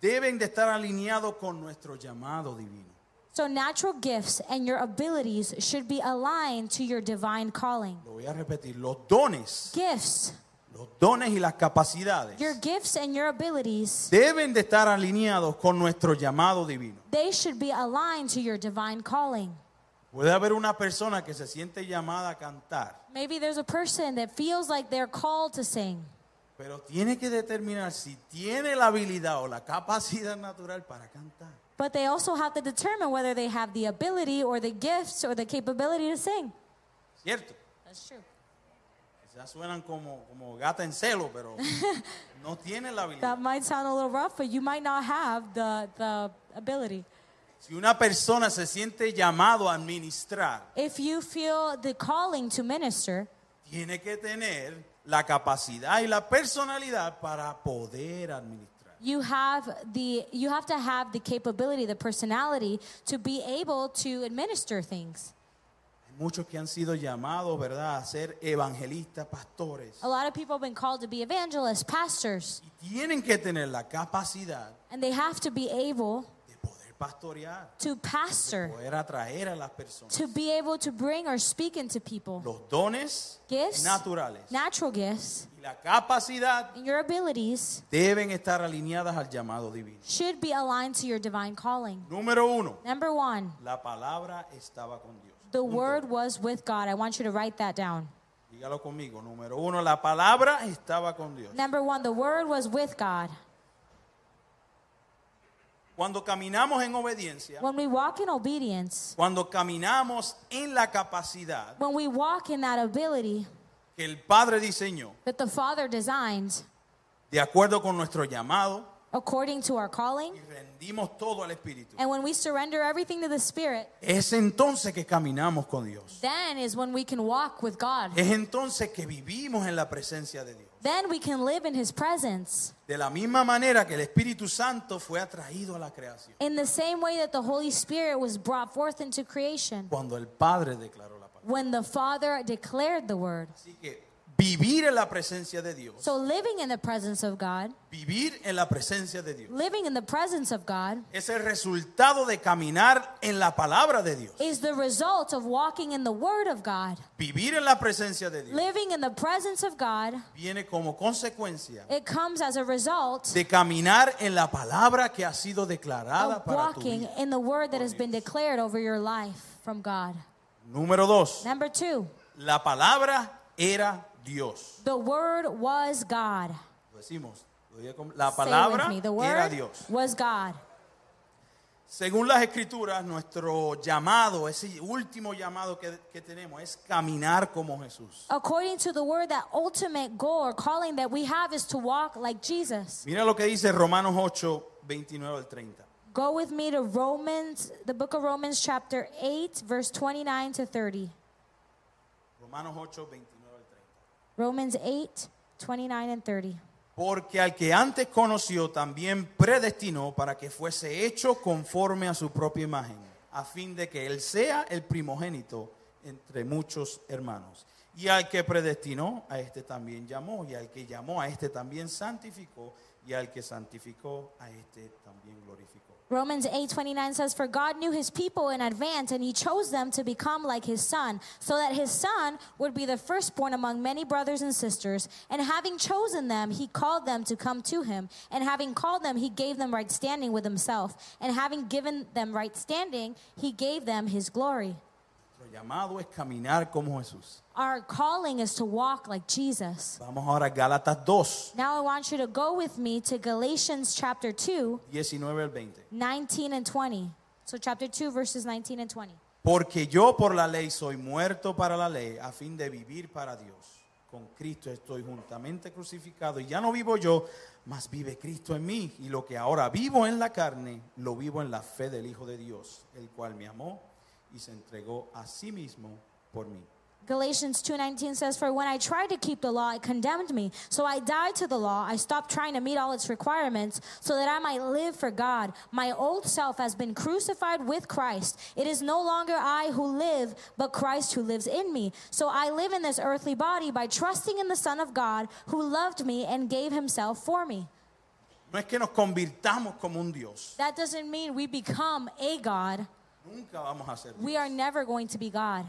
[SPEAKER 1] deben de estar alineados con nuestro llamado divino.
[SPEAKER 2] So, natural gifts and your abilities should be aligned to your divine calling.
[SPEAKER 1] Lo voy a repetir, los dones,
[SPEAKER 2] Gifts,
[SPEAKER 1] los dones y las capacidades
[SPEAKER 2] your gifts and your abilities,
[SPEAKER 1] deben de estar alineados con nuestro llamado divino.
[SPEAKER 2] they should be aligned to your divine calling.
[SPEAKER 1] Puede haber una persona que se siente llamada a cantar,
[SPEAKER 2] Maybe there's a person that feels like they're called to sing,
[SPEAKER 1] pero tiene que determinar si tiene la habilidad o la capacidad natural para cantar.
[SPEAKER 2] but they also have to determine whether they have the ability or the gifts or the capability to sing.
[SPEAKER 1] ¿Cierto?
[SPEAKER 2] That's true.
[SPEAKER 1] Quizás suenan como, como gata en celo, pero no tienen la habilidad.
[SPEAKER 2] That might sound a little rough, but you might not have the, the ability.
[SPEAKER 1] Si una persona se siente llamado a administrar,
[SPEAKER 2] If you feel the calling to minister,
[SPEAKER 1] tiene que tener la capacidad y la personalidad para poder administrar.
[SPEAKER 2] you have the you have to have the capability the personality to be able to administer things
[SPEAKER 1] Hay muchos que han sido llamados, ¿verdad?, a ser evangelistas, pastores.
[SPEAKER 2] a lot of people have been called to be evangelists pastors
[SPEAKER 1] Y tienen que tener la capacidad
[SPEAKER 2] and they have to be able
[SPEAKER 1] de poder pastorear,
[SPEAKER 2] to pastor
[SPEAKER 1] poder atraer a las personas.
[SPEAKER 2] to be able to bring or speak into people
[SPEAKER 1] Los dones
[SPEAKER 2] Gifts.
[SPEAKER 1] naturales
[SPEAKER 2] natural gifts
[SPEAKER 1] y la capacidad
[SPEAKER 2] and your abilities
[SPEAKER 1] deben estar alineadas al llamado divino.
[SPEAKER 2] should be aligned to your divine calling
[SPEAKER 1] Número uno,
[SPEAKER 2] number one
[SPEAKER 1] la palabra estaba con Dios.
[SPEAKER 2] the
[SPEAKER 1] Punto
[SPEAKER 2] word was with god i want you to write that down
[SPEAKER 1] Dígalo conmigo. Número uno, la palabra estaba con Dios.
[SPEAKER 2] number one the word was with god
[SPEAKER 1] Cuando caminamos en obediencia,
[SPEAKER 2] when we walk in obedience
[SPEAKER 1] cuando caminamos en la capacidad
[SPEAKER 2] when we walk in that ability
[SPEAKER 1] que el Padre diseñó,
[SPEAKER 2] that the Father designed
[SPEAKER 1] de acuerdo con nuestro llamado,
[SPEAKER 2] according to our calling,
[SPEAKER 1] y rendimos todo al Espíritu,
[SPEAKER 2] and when we surrender everything to the Spirit,
[SPEAKER 1] es entonces que caminamos con Dios.
[SPEAKER 2] then is when we can walk with God.
[SPEAKER 1] Es entonces que vivimos en la presencia de Dios.
[SPEAKER 2] Then we can live in His presence.
[SPEAKER 1] De la misma manera que el Espíritu Santo fue atraído a la creación,
[SPEAKER 2] In the same way that the Holy Spirit was brought forth into creation
[SPEAKER 1] cuando el Padre declaró la palabra.
[SPEAKER 2] when the Father declared the word.
[SPEAKER 1] Así que vivir en la presencia de Dios,
[SPEAKER 2] So, living in the presence of God,
[SPEAKER 1] vivir en la presencia de Dios.
[SPEAKER 2] living in the presence of God,
[SPEAKER 1] es el resultado de caminar en la palabra de Dios,
[SPEAKER 2] is the result of walking in the Word of God.
[SPEAKER 1] vivir en la presencia de Dios.
[SPEAKER 2] Living in the presence of God,
[SPEAKER 1] Viene como consecuencia
[SPEAKER 2] it comes as a result
[SPEAKER 1] de caminar en la palabra que ha sido declarada
[SPEAKER 2] of
[SPEAKER 1] para tu
[SPEAKER 2] walking
[SPEAKER 1] vida.
[SPEAKER 2] in the word that has been declared over your life from God.
[SPEAKER 1] Número dos,
[SPEAKER 2] Number two,
[SPEAKER 1] la palabra era Dios.
[SPEAKER 2] the word was God.
[SPEAKER 1] Lo decimos, Lo dije con- La
[SPEAKER 2] Say it
[SPEAKER 1] palabra
[SPEAKER 2] with me. The
[SPEAKER 1] era
[SPEAKER 2] word
[SPEAKER 1] Dios.
[SPEAKER 2] was God.
[SPEAKER 1] Según las escrituras, nuestro llamado, ese último llamado que, que tenemos es caminar como Jesús.
[SPEAKER 2] According to the word, that ultimate goal or calling that we have is to walk like Jesus.
[SPEAKER 1] Mira lo que dice Romanos 8, 29 al 30.
[SPEAKER 2] Go with me to Romans, the book of Romans, chapter 8, verse 29 to 30.
[SPEAKER 1] Romanos 8, 29 al 30.
[SPEAKER 2] Romans 8, 29 and 30.
[SPEAKER 1] Porque al que antes conoció también predestinó para que fuese hecho conforme a su propia imagen, a fin de que él sea el primogénito entre muchos hermanos. Y al que predestinó, a este también llamó, y al que llamó, a este también santificó, y al que santificó, a este también glorificó.
[SPEAKER 2] Romans 8:29 says for God knew his people in advance and he chose them to become like his son so that his son would be the firstborn among many brothers and sisters and having chosen them he called them to come to him and having called them he gave them right standing with himself and having given them right standing he gave them his glory
[SPEAKER 1] Lo llamado es caminar como Jesús.
[SPEAKER 2] Our calling is to walk like Jesus
[SPEAKER 1] Vamos ahora a Gálatas 2,
[SPEAKER 2] Now I want you to go with me to Galatians chapter 2
[SPEAKER 1] 19 al 20.
[SPEAKER 2] 19 and 20 So chapter 2 verses 19 and 20
[SPEAKER 1] Porque yo por la ley soy muerto para la ley a fin de vivir para Dios. Con Cristo estoy juntamente crucificado y ya no vivo yo, mas vive Cristo en mí. Y lo que ahora vivo en la carne, lo vivo en la fe del Hijo de Dios, el cual me amó y se entregó a sí mismo por mí.
[SPEAKER 2] Galatians 2:19 says for when I tried to keep the law it condemned me so I died to the law I stopped trying to meet all its requirements so that I might live for God my old self has been crucified with Christ it is no longer I who live but Christ who lives in me so I live in this earthly body by trusting in the son of God who loved me and gave himself for me
[SPEAKER 1] No es que nos convirtamos como un Dios.
[SPEAKER 2] that doesn't mean we become a god
[SPEAKER 1] Nunca vamos a ser Dios.
[SPEAKER 2] we are never going to be god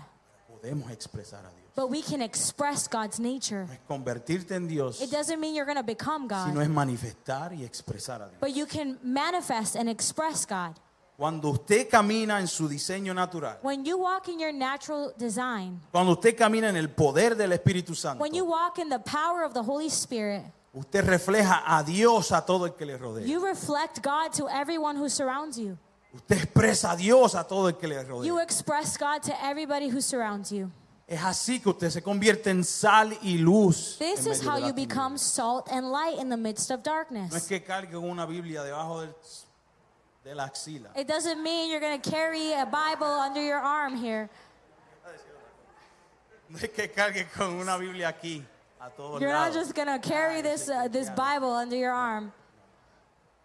[SPEAKER 1] Podemos expresar a Dios.
[SPEAKER 2] but we can express God's nature
[SPEAKER 1] No es convertirte en Dios,
[SPEAKER 2] it doesn't mean you're going to become god
[SPEAKER 1] sino es manifestar y expresar a Dios.
[SPEAKER 2] But you can manifest and express God.
[SPEAKER 1] Cuando usted camina en su diseño natural,
[SPEAKER 2] When you walk in your natural design,
[SPEAKER 1] Cuando usted camina en el poder del Espíritu Santo,
[SPEAKER 2] when you walk in the power of the Holy Spirit,
[SPEAKER 1] usted refleja a Dios a todo el que le rodea.
[SPEAKER 2] you reflect God to everyone who surrounds you.
[SPEAKER 1] usted expresa a Dios a todo el que le rodea.
[SPEAKER 2] You express God to everybody who surrounds you.
[SPEAKER 1] es así que usted se convierte en sal y luz.
[SPEAKER 2] This
[SPEAKER 1] en
[SPEAKER 2] is
[SPEAKER 1] medio
[SPEAKER 2] how
[SPEAKER 1] de la
[SPEAKER 2] you
[SPEAKER 1] tiniebla.
[SPEAKER 2] become salt and light in the midst of
[SPEAKER 1] No es
[SPEAKER 2] darkness.
[SPEAKER 1] que cargue una Biblia debajo del- de la axila.
[SPEAKER 2] It doesn't mean you're going to carry a Bible under your arm here.
[SPEAKER 1] No es que cargue con una Biblia aquí a todos
[SPEAKER 2] You're not
[SPEAKER 1] lados.
[SPEAKER 2] just going to
[SPEAKER 1] Ah,
[SPEAKER 2] carry this uh, this Bible under your arm.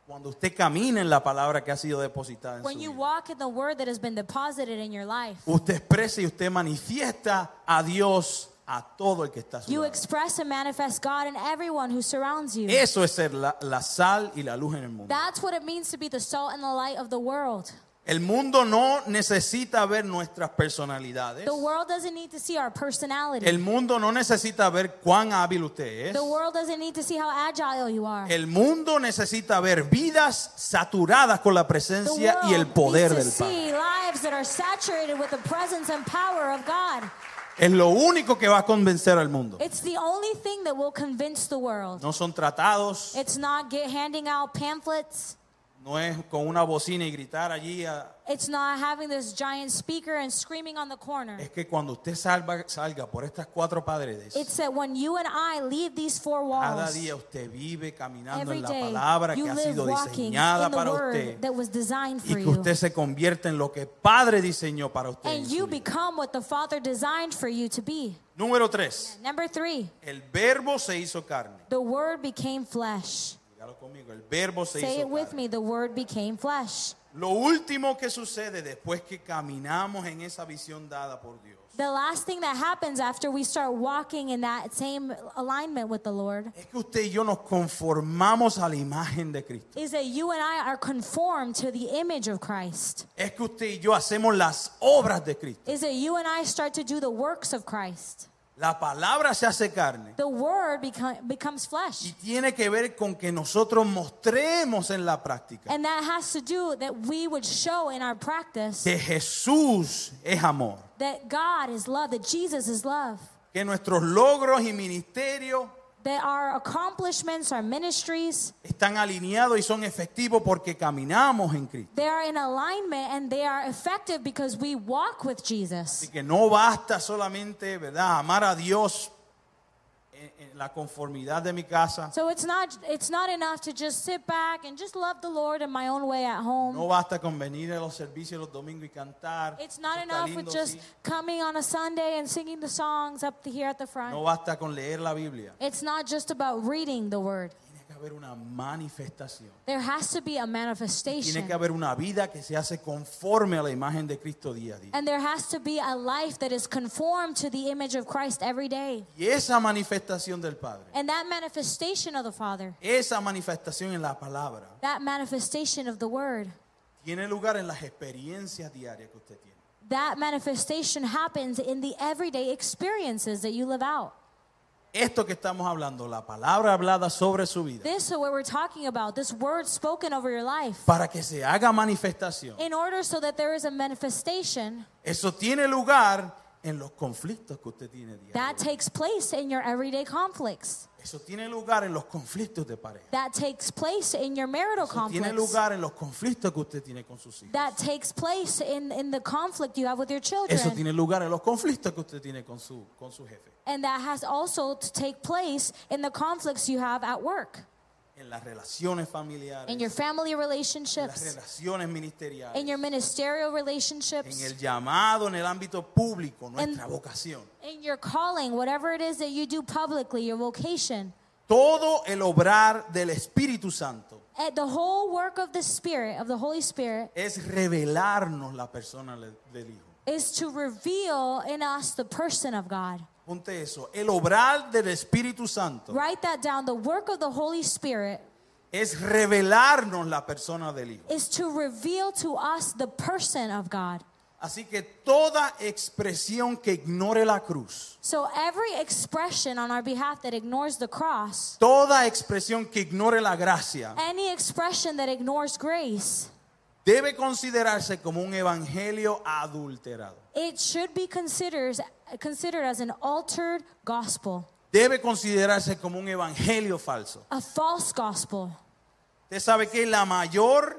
[SPEAKER 1] Cuando usted camina en la palabra que ha sido depositada en
[SPEAKER 2] When
[SPEAKER 1] su
[SPEAKER 2] you
[SPEAKER 1] vida,
[SPEAKER 2] walk in the word that has been deposited in your life,
[SPEAKER 1] usted expresa y usted manifiesta a Dios a todo el que está a su
[SPEAKER 2] You
[SPEAKER 1] lado.
[SPEAKER 2] express and manifest God in everyone who surrounds you.
[SPEAKER 1] Eso es ser la, la sal y la luz en el mundo.
[SPEAKER 2] That's what it means to be the salt and the light of the world.
[SPEAKER 1] El mundo no necesita ver nuestras personalidades.
[SPEAKER 2] The world doesn't need to see our
[SPEAKER 1] El
[SPEAKER 2] personality.
[SPEAKER 1] mundo no necesita ver cuán hábil usted es.
[SPEAKER 2] The world doesn't need to see how agile you are.
[SPEAKER 1] El mundo necesita ver vidas saturadas con la
[SPEAKER 2] The
[SPEAKER 1] presencia y el
[SPEAKER 2] world
[SPEAKER 1] poder
[SPEAKER 2] needs to
[SPEAKER 1] del Padre.
[SPEAKER 2] see lives that are saturated with the presence and power of God.
[SPEAKER 1] Es lo único que va a convencer al mundo.
[SPEAKER 2] It's the only thing that will convince the world.
[SPEAKER 1] No son tratados,
[SPEAKER 2] It's not get, handing out pamphlets.
[SPEAKER 1] no es con una bocina y gritar allí. a-
[SPEAKER 2] It's not having this giant speaker and screaming on the corner.
[SPEAKER 1] Es que cuando usted salva- salga por estas cuatro paredes,
[SPEAKER 2] It's that when you and I leave these four
[SPEAKER 1] cada
[SPEAKER 2] walls,
[SPEAKER 1] día usted vive caminando
[SPEAKER 2] Every
[SPEAKER 1] en la
[SPEAKER 2] day,
[SPEAKER 1] palabra
[SPEAKER 2] you
[SPEAKER 1] que ha
[SPEAKER 2] live
[SPEAKER 1] sido
[SPEAKER 2] walking in
[SPEAKER 1] diseñada
[SPEAKER 2] the
[SPEAKER 1] para usted.
[SPEAKER 2] word that was designed
[SPEAKER 1] y
[SPEAKER 2] for
[SPEAKER 1] que
[SPEAKER 2] you.
[SPEAKER 1] usted se convierta en lo que Padre diseñó para usted. en
[SPEAKER 2] And
[SPEAKER 1] su
[SPEAKER 2] you
[SPEAKER 1] vida.
[SPEAKER 2] become what the Father designed for you to be.
[SPEAKER 1] Número 3.
[SPEAKER 2] Number three,
[SPEAKER 1] El verbo se hizo carne.
[SPEAKER 2] the Word became flesh.
[SPEAKER 1] Dígalo conmigo, el verbo se
[SPEAKER 2] Say
[SPEAKER 1] hizo
[SPEAKER 2] it with
[SPEAKER 1] carne.
[SPEAKER 2] me the Word became flesh.
[SPEAKER 1] Lo último que sucede después que caminamos en esa visión dada por Dios
[SPEAKER 2] The last thing that happens after we start walking in that same alignment with the Lord
[SPEAKER 1] es que usted y yo nos conformamos a la imagen de Cristo.
[SPEAKER 2] is that you and I are conformed to the image of Christ.
[SPEAKER 1] Es que usted y yo hacemos las obras de Cristo.
[SPEAKER 2] Is that you and I start to do the works of Christ.
[SPEAKER 1] La palabra se hace carne
[SPEAKER 2] The Word become, becomes flesh.
[SPEAKER 1] y tiene que ver con que nosotros mostremos en la práctica
[SPEAKER 2] And that has to do that we would show in our practice
[SPEAKER 1] que Jesús es amor.
[SPEAKER 2] that God is love, that Jesus is love,
[SPEAKER 1] que nuestros logros y ministerios
[SPEAKER 2] that our accomplishments, our ministries,
[SPEAKER 1] están alineados y son efectivos porque caminamos en Cristo.
[SPEAKER 2] they are in alignment and they are effective because we walk with Jesus.
[SPEAKER 1] Así que no basta solamente, ¿verdad?, amar a Dios en, en la conformidad de mi casa.
[SPEAKER 2] So it's not it's not enough to just sit back and just love the Lord in my own way at home.
[SPEAKER 1] No basta con venir a los servicios los domingos y cantar.
[SPEAKER 2] It's not
[SPEAKER 1] Eso está
[SPEAKER 2] enough
[SPEAKER 1] lindo,
[SPEAKER 2] with just
[SPEAKER 1] sí.
[SPEAKER 2] coming on a Sunday and singing the songs up to here at the front.
[SPEAKER 1] No basta con leer la Biblia.
[SPEAKER 2] It's not just about reading the word.
[SPEAKER 1] Tiene que haber una manifestación.
[SPEAKER 2] There has to be a
[SPEAKER 1] Tiene
[SPEAKER 2] manifestation.
[SPEAKER 1] que haber una vida que se hace conforme a la imagen de Cristo día a día.
[SPEAKER 2] And there has to be a life that is conformed to the image of Christ every day.
[SPEAKER 1] Y esa manifestación del Padre,
[SPEAKER 2] And that manifestation of the Father,
[SPEAKER 1] esa manifestación en la palabra,
[SPEAKER 2] that manifestation of the Word,
[SPEAKER 1] tiene lugar en las experiencias diarias que usted tiene.
[SPEAKER 2] that manifestation happens in the everyday experiences that you live out.
[SPEAKER 1] Esto que estamos hablando, la palabra hablada sobre su vida,
[SPEAKER 2] This is what we're talking about, this word spoken over your life.
[SPEAKER 1] para que se haga manifestación,
[SPEAKER 2] In order so that there is a manifestation
[SPEAKER 1] eso tiene lugar en los conflictos que usted tiene
[SPEAKER 2] that
[SPEAKER 1] diariamente.
[SPEAKER 2] takes place in your everyday conflicts,
[SPEAKER 1] Eso tiene lugar en los conflictos de pareja.
[SPEAKER 2] that takes place in your marital
[SPEAKER 1] Eso tiene
[SPEAKER 2] conflicts,
[SPEAKER 1] lugar en los conflictos que usted tiene con sus hijos.
[SPEAKER 2] that takes place in, in the conflict you have with your
[SPEAKER 1] Eso
[SPEAKER 2] children.
[SPEAKER 1] tiene lugar en los conflictos que usted tiene con su, con su jefe.
[SPEAKER 2] And that has also to take place in the conflicts you have at work,
[SPEAKER 1] En las relaciones
[SPEAKER 2] in your
[SPEAKER 1] familiares,
[SPEAKER 2] family
[SPEAKER 1] en las
[SPEAKER 2] relationships,
[SPEAKER 1] relaciones
[SPEAKER 2] in your
[SPEAKER 1] ministeriales,
[SPEAKER 2] ministerial
[SPEAKER 1] en
[SPEAKER 2] relationships,
[SPEAKER 1] el llamado, en el ámbito público, nuestra vocación.
[SPEAKER 2] in your calling, whatever it is that you do publicly, your vocation.
[SPEAKER 1] Todo el obrar del Espíritu Santo
[SPEAKER 2] At the whole work of the Spirit, of the Holy Spirit,
[SPEAKER 1] es revelarnos la persona le- del Hijo.
[SPEAKER 2] is to reveal in us the person of God.
[SPEAKER 1] Ponte eso. El obrar del Espíritu Santo
[SPEAKER 2] Write that down. The work of the Holy Spirit
[SPEAKER 1] es revelarnos la persona del Hijo.
[SPEAKER 2] is to reveal to us the person of God.
[SPEAKER 1] Así que toda expresión que ignore la cruz,
[SPEAKER 2] So every expression on our behalf that ignores the cross,
[SPEAKER 1] toda expresión que ignore la gracia,
[SPEAKER 2] any expression that ignores grace,
[SPEAKER 1] debe considerarse como un evangelio adulterado.
[SPEAKER 2] it should be considered considered as an altered gospel,
[SPEAKER 1] Debe considerarse como un evangelio falso.
[SPEAKER 2] a false gospel.
[SPEAKER 1] Usted sabe que la mayor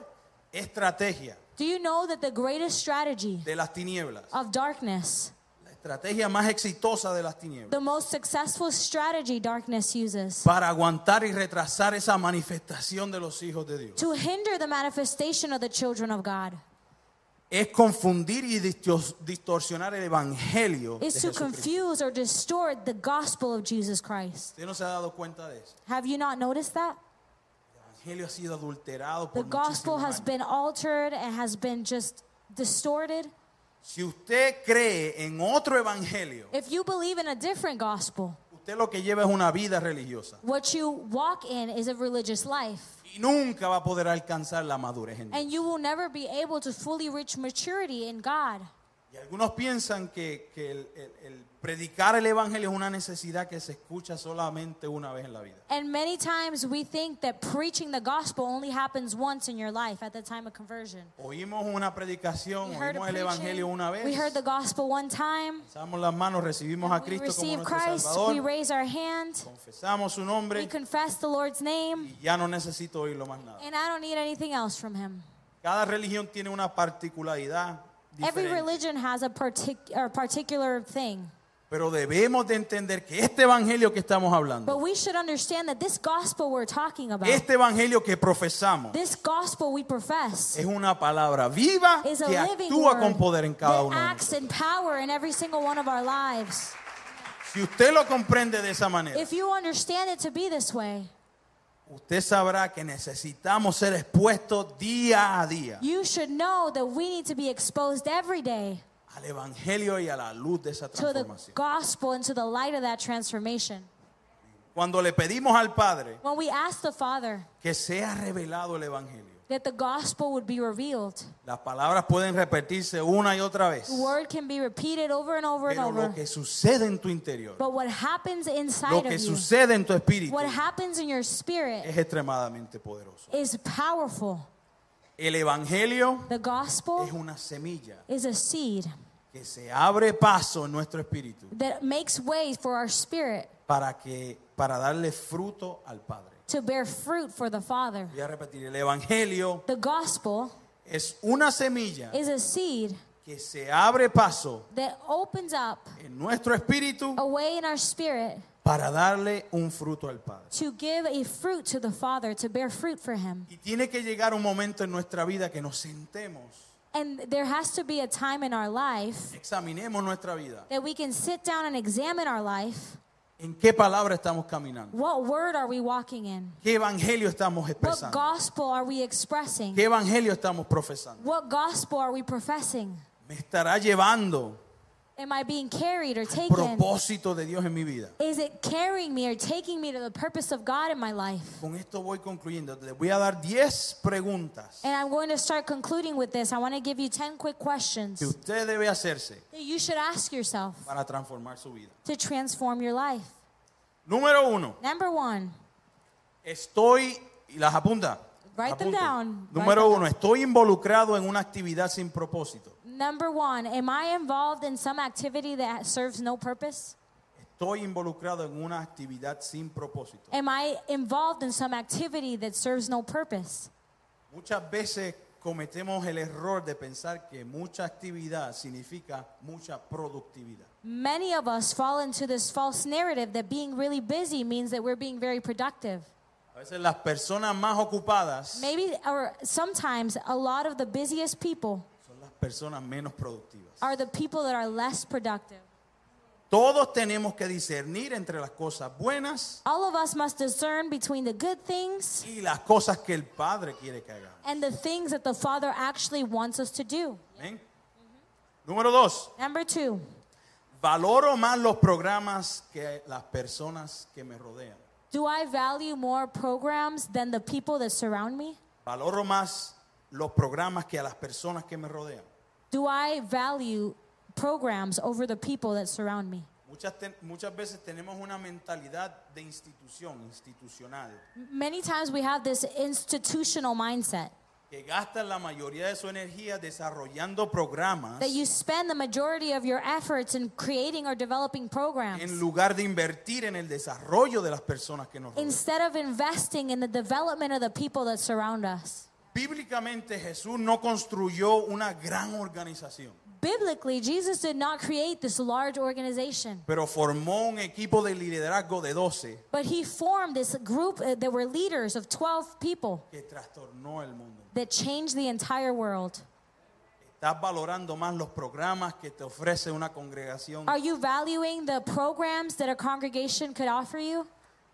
[SPEAKER 1] estrategia
[SPEAKER 2] Do you know that the greatest strategy
[SPEAKER 1] de las tinieblas,
[SPEAKER 2] of darkness,
[SPEAKER 1] la estrategia más exitosa de las tinieblas,
[SPEAKER 2] the most successful strategy darkness uses
[SPEAKER 1] para aguantar y retrasar esa manifestación de los hijos de Dios.
[SPEAKER 2] to hinder the manifestation of the children of God
[SPEAKER 1] Es confundir y distor- distorsionar el evangelio. De
[SPEAKER 2] is to
[SPEAKER 1] Jesucristo.
[SPEAKER 2] confuse or distort the gospel of Jesus Christ.
[SPEAKER 1] Usted no se ha dado cuenta de eso.
[SPEAKER 2] Have you not noticed that?
[SPEAKER 1] El evangelio ha sido adulterado
[SPEAKER 2] The
[SPEAKER 1] por
[SPEAKER 2] gospel
[SPEAKER 1] muchísimos
[SPEAKER 2] has
[SPEAKER 1] años.
[SPEAKER 2] been altered and has been just distorted.
[SPEAKER 1] Si usted cree en otro evangelio,
[SPEAKER 2] If you believe in a different gospel,
[SPEAKER 1] usted lo que lleva es una vida religiosa
[SPEAKER 2] what you walk in is a religious life,
[SPEAKER 1] y nunca va a poder alcanzar la madurez en Dios.
[SPEAKER 2] and you will never be able to fully reach maturity in God.
[SPEAKER 1] Y algunos piensan que, que el- el- el predicar el evangelio es una necesidad que se escucha solamente una vez en la vida.
[SPEAKER 2] And many times we think that preaching the gospel only happens once in your life at the time of conversion.
[SPEAKER 1] Oímos una predicación,
[SPEAKER 2] We heard, a
[SPEAKER 1] oímos el
[SPEAKER 2] preaching,
[SPEAKER 1] evangelio una vez.
[SPEAKER 2] we heard the gospel one time.
[SPEAKER 1] Alzamos las manos, recibimos a
[SPEAKER 2] We
[SPEAKER 1] Cristo como
[SPEAKER 2] receive
[SPEAKER 1] nuestro
[SPEAKER 2] Christ. We
[SPEAKER 1] Salvador,
[SPEAKER 2] raise our hand.
[SPEAKER 1] confesamos su
[SPEAKER 2] We
[SPEAKER 1] nombre
[SPEAKER 2] confess the Lord's name.
[SPEAKER 1] y ya no necesito oírlo más nada.
[SPEAKER 2] And I don't need anything else from him.
[SPEAKER 1] Cada religión tiene una particularidad
[SPEAKER 2] Every
[SPEAKER 1] diferente,
[SPEAKER 2] religion has a partic or particular thing.
[SPEAKER 1] pero debemos de entender que este evangelio que estamos
[SPEAKER 2] But
[SPEAKER 1] hablando,
[SPEAKER 2] we should understand that this gospel we're talking about,
[SPEAKER 1] este evangelio que profesamos,
[SPEAKER 2] this gospel we profess,
[SPEAKER 1] es una palabra viva
[SPEAKER 2] is a
[SPEAKER 1] que
[SPEAKER 2] living
[SPEAKER 1] actúa
[SPEAKER 2] word
[SPEAKER 1] con poder en cada
[SPEAKER 2] that
[SPEAKER 1] uno. de
[SPEAKER 2] acts
[SPEAKER 1] nosotros.
[SPEAKER 2] in power in every single one of our lives.
[SPEAKER 1] Si usted lo comprende de esa manera,
[SPEAKER 2] If you understand it to be this way,
[SPEAKER 1] usted sabrá que necesitamos ser expuestos día a día
[SPEAKER 2] you should know that we need to be exposed every day
[SPEAKER 1] al evangelio y a la luz de esa
[SPEAKER 2] to the
[SPEAKER 1] transformación.
[SPEAKER 2] gospel and to the light of that transformation.
[SPEAKER 1] Cuando le pedimos al Padre
[SPEAKER 2] When we ask the Father
[SPEAKER 1] que sea revelado el Evangelio.
[SPEAKER 2] that the gospel would be revealed,
[SPEAKER 1] Las palabras pueden repetirse una y otra vez,
[SPEAKER 2] the word can be repeated over and over and
[SPEAKER 1] pero
[SPEAKER 2] over.
[SPEAKER 1] lo que sucede en tu interior,
[SPEAKER 2] But what happens
[SPEAKER 1] lo
[SPEAKER 2] inside
[SPEAKER 1] que
[SPEAKER 2] of you,
[SPEAKER 1] sucede en tu espíritu
[SPEAKER 2] what happens in your spirit,
[SPEAKER 1] es extremadamente poderoso.
[SPEAKER 2] is powerful.
[SPEAKER 1] El Evangelio
[SPEAKER 2] The
[SPEAKER 1] es
[SPEAKER 2] gospel
[SPEAKER 1] una semilla
[SPEAKER 2] is a seed
[SPEAKER 1] que se abre paso en nuestro espíritu
[SPEAKER 2] that makes way for our spirit
[SPEAKER 1] para que para darle fruto al Padre.
[SPEAKER 2] to bear fruit for the Father.
[SPEAKER 1] Voy a repetir, el evangelio
[SPEAKER 2] The gospel
[SPEAKER 1] es una semilla
[SPEAKER 2] is a seed
[SPEAKER 1] que se abre paso
[SPEAKER 2] that opens up
[SPEAKER 1] en nuestro espíritu
[SPEAKER 2] a way in our spirit
[SPEAKER 1] para darle un fruto al Padre.
[SPEAKER 2] to give a fruit to the Father, to bear fruit for Him.
[SPEAKER 1] Y tiene que llegar un momento en nuestra vida que nos sentemos,
[SPEAKER 2] And there has to be a time in our life
[SPEAKER 1] examinemos nuestra vida.
[SPEAKER 2] that we can sit down and examine our life.
[SPEAKER 1] ¿En qué palabra estamos caminando?
[SPEAKER 2] What word are we walking in?
[SPEAKER 1] ¿Qué evangelio estamos
[SPEAKER 2] What
[SPEAKER 1] expresando?
[SPEAKER 2] gospel are we expressing?
[SPEAKER 1] ¿Qué evangelio estamos profesando?
[SPEAKER 2] What gospel are we professing?
[SPEAKER 1] ¿Me estará llevando
[SPEAKER 2] Am I being carried or taken?
[SPEAKER 1] propósito de Dios en mi vida?
[SPEAKER 2] Is it carrying me or taking me to the purpose of God in my life?
[SPEAKER 1] Con esto voy concluyendo. Les voy a dar 10 preguntas
[SPEAKER 2] And I'm going to start concluding with this. I want to give you 10 quick questions
[SPEAKER 1] que usted debe hacerse
[SPEAKER 2] that you should ask yourself
[SPEAKER 1] para transformar su vida.
[SPEAKER 2] to transform your life.
[SPEAKER 1] Número uno,
[SPEAKER 2] Number one,
[SPEAKER 1] estoy, y las apunta.
[SPEAKER 2] Write them
[SPEAKER 1] apunte.
[SPEAKER 2] down. Write
[SPEAKER 1] Número
[SPEAKER 2] them
[SPEAKER 1] uno, estoy involucrado en una actividad sin propósito.
[SPEAKER 2] number one, am I involved in some activity that serves no purpose?
[SPEAKER 1] Estoy involucrado en una actividad sin propósito.
[SPEAKER 2] Am I involved in some activity that serves no purpose?
[SPEAKER 1] Muchas veces cometemos el error de pensar que mucha actividad significa mucha productividad.
[SPEAKER 2] Many of us fall into this false narrative that being really busy means that we're being very productive.
[SPEAKER 1] A veces las personas más ocupadas
[SPEAKER 2] Maybe, or sometimes, a lot of the busiest people
[SPEAKER 1] son las personas menos productivas.
[SPEAKER 2] are the people that are less productive.
[SPEAKER 1] Todos tenemos que discernir entre las cosas buenas
[SPEAKER 2] All of us must discern between the good things
[SPEAKER 1] y las cosas que el Padre quiere que hagamos.
[SPEAKER 2] and the things that the Father actually wants us to do.
[SPEAKER 1] Amén. Número dos,
[SPEAKER 2] Number two,
[SPEAKER 1] valoro más los programas que las personas que me rodean.
[SPEAKER 2] do I value more programs than the people that surround me?
[SPEAKER 1] Valoro más los programas que a las personas que me rodean.
[SPEAKER 2] Do I value programs over the people that surround me?
[SPEAKER 1] Muchas, te- muchas veces tenemos una mentalidad de institución, institucional,
[SPEAKER 2] Many times we have this institutional mindset
[SPEAKER 1] que gasta la mayoría de su energía desarrollando programas
[SPEAKER 2] that you spend the majority of your efforts in creating or developing
[SPEAKER 1] en
[SPEAKER 2] programs
[SPEAKER 1] lugar de invertir en el desarrollo de las personas que nos rodean.
[SPEAKER 2] instead of investing in the development of the people that surround us.
[SPEAKER 1] Bíblicamente Jesús no construyó una gran organización,
[SPEAKER 2] Biblically, Jesus did not create this large organization,
[SPEAKER 1] pero formó un equipo de liderazgo de 12
[SPEAKER 2] but he formed this group uh, that were leaders of 12 people
[SPEAKER 1] que trastornó el mundo.
[SPEAKER 2] that changed the entire world.
[SPEAKER 1] Estás valorando más los programas que te ofrece una congregación
[SPEAKER 2] Are you valuing the programs that a congregation could offer you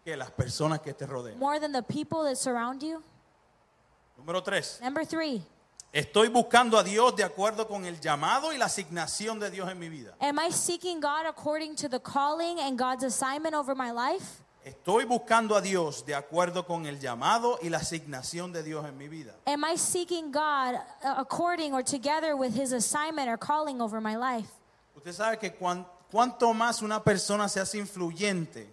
[SPEAKER 1] que las personas que te rodean.
[SPEAKER 2] more than the people that surround you?
[SPEAKER 1] Número 3.
[SPEAKER 2] Number three,
[SPEAKER 1] Estoy buscando a Dios de acuerdo con el llamado y la asignación de Dios en mi vida.
[SPEAKER 2] am I seeking God according to the calling and God's assignment over my life?
[SPEAKER 1] Estoy buscando a Dios de acuerdo con el llamado y la asignación de Dios en mi vida.
[SPEAKER 2] Am I seeking God uh, according or together with his assignment or calling over my life?
[SPEAKER 1] Usted sabe que cuan- cuanto más una persona se hace influyente,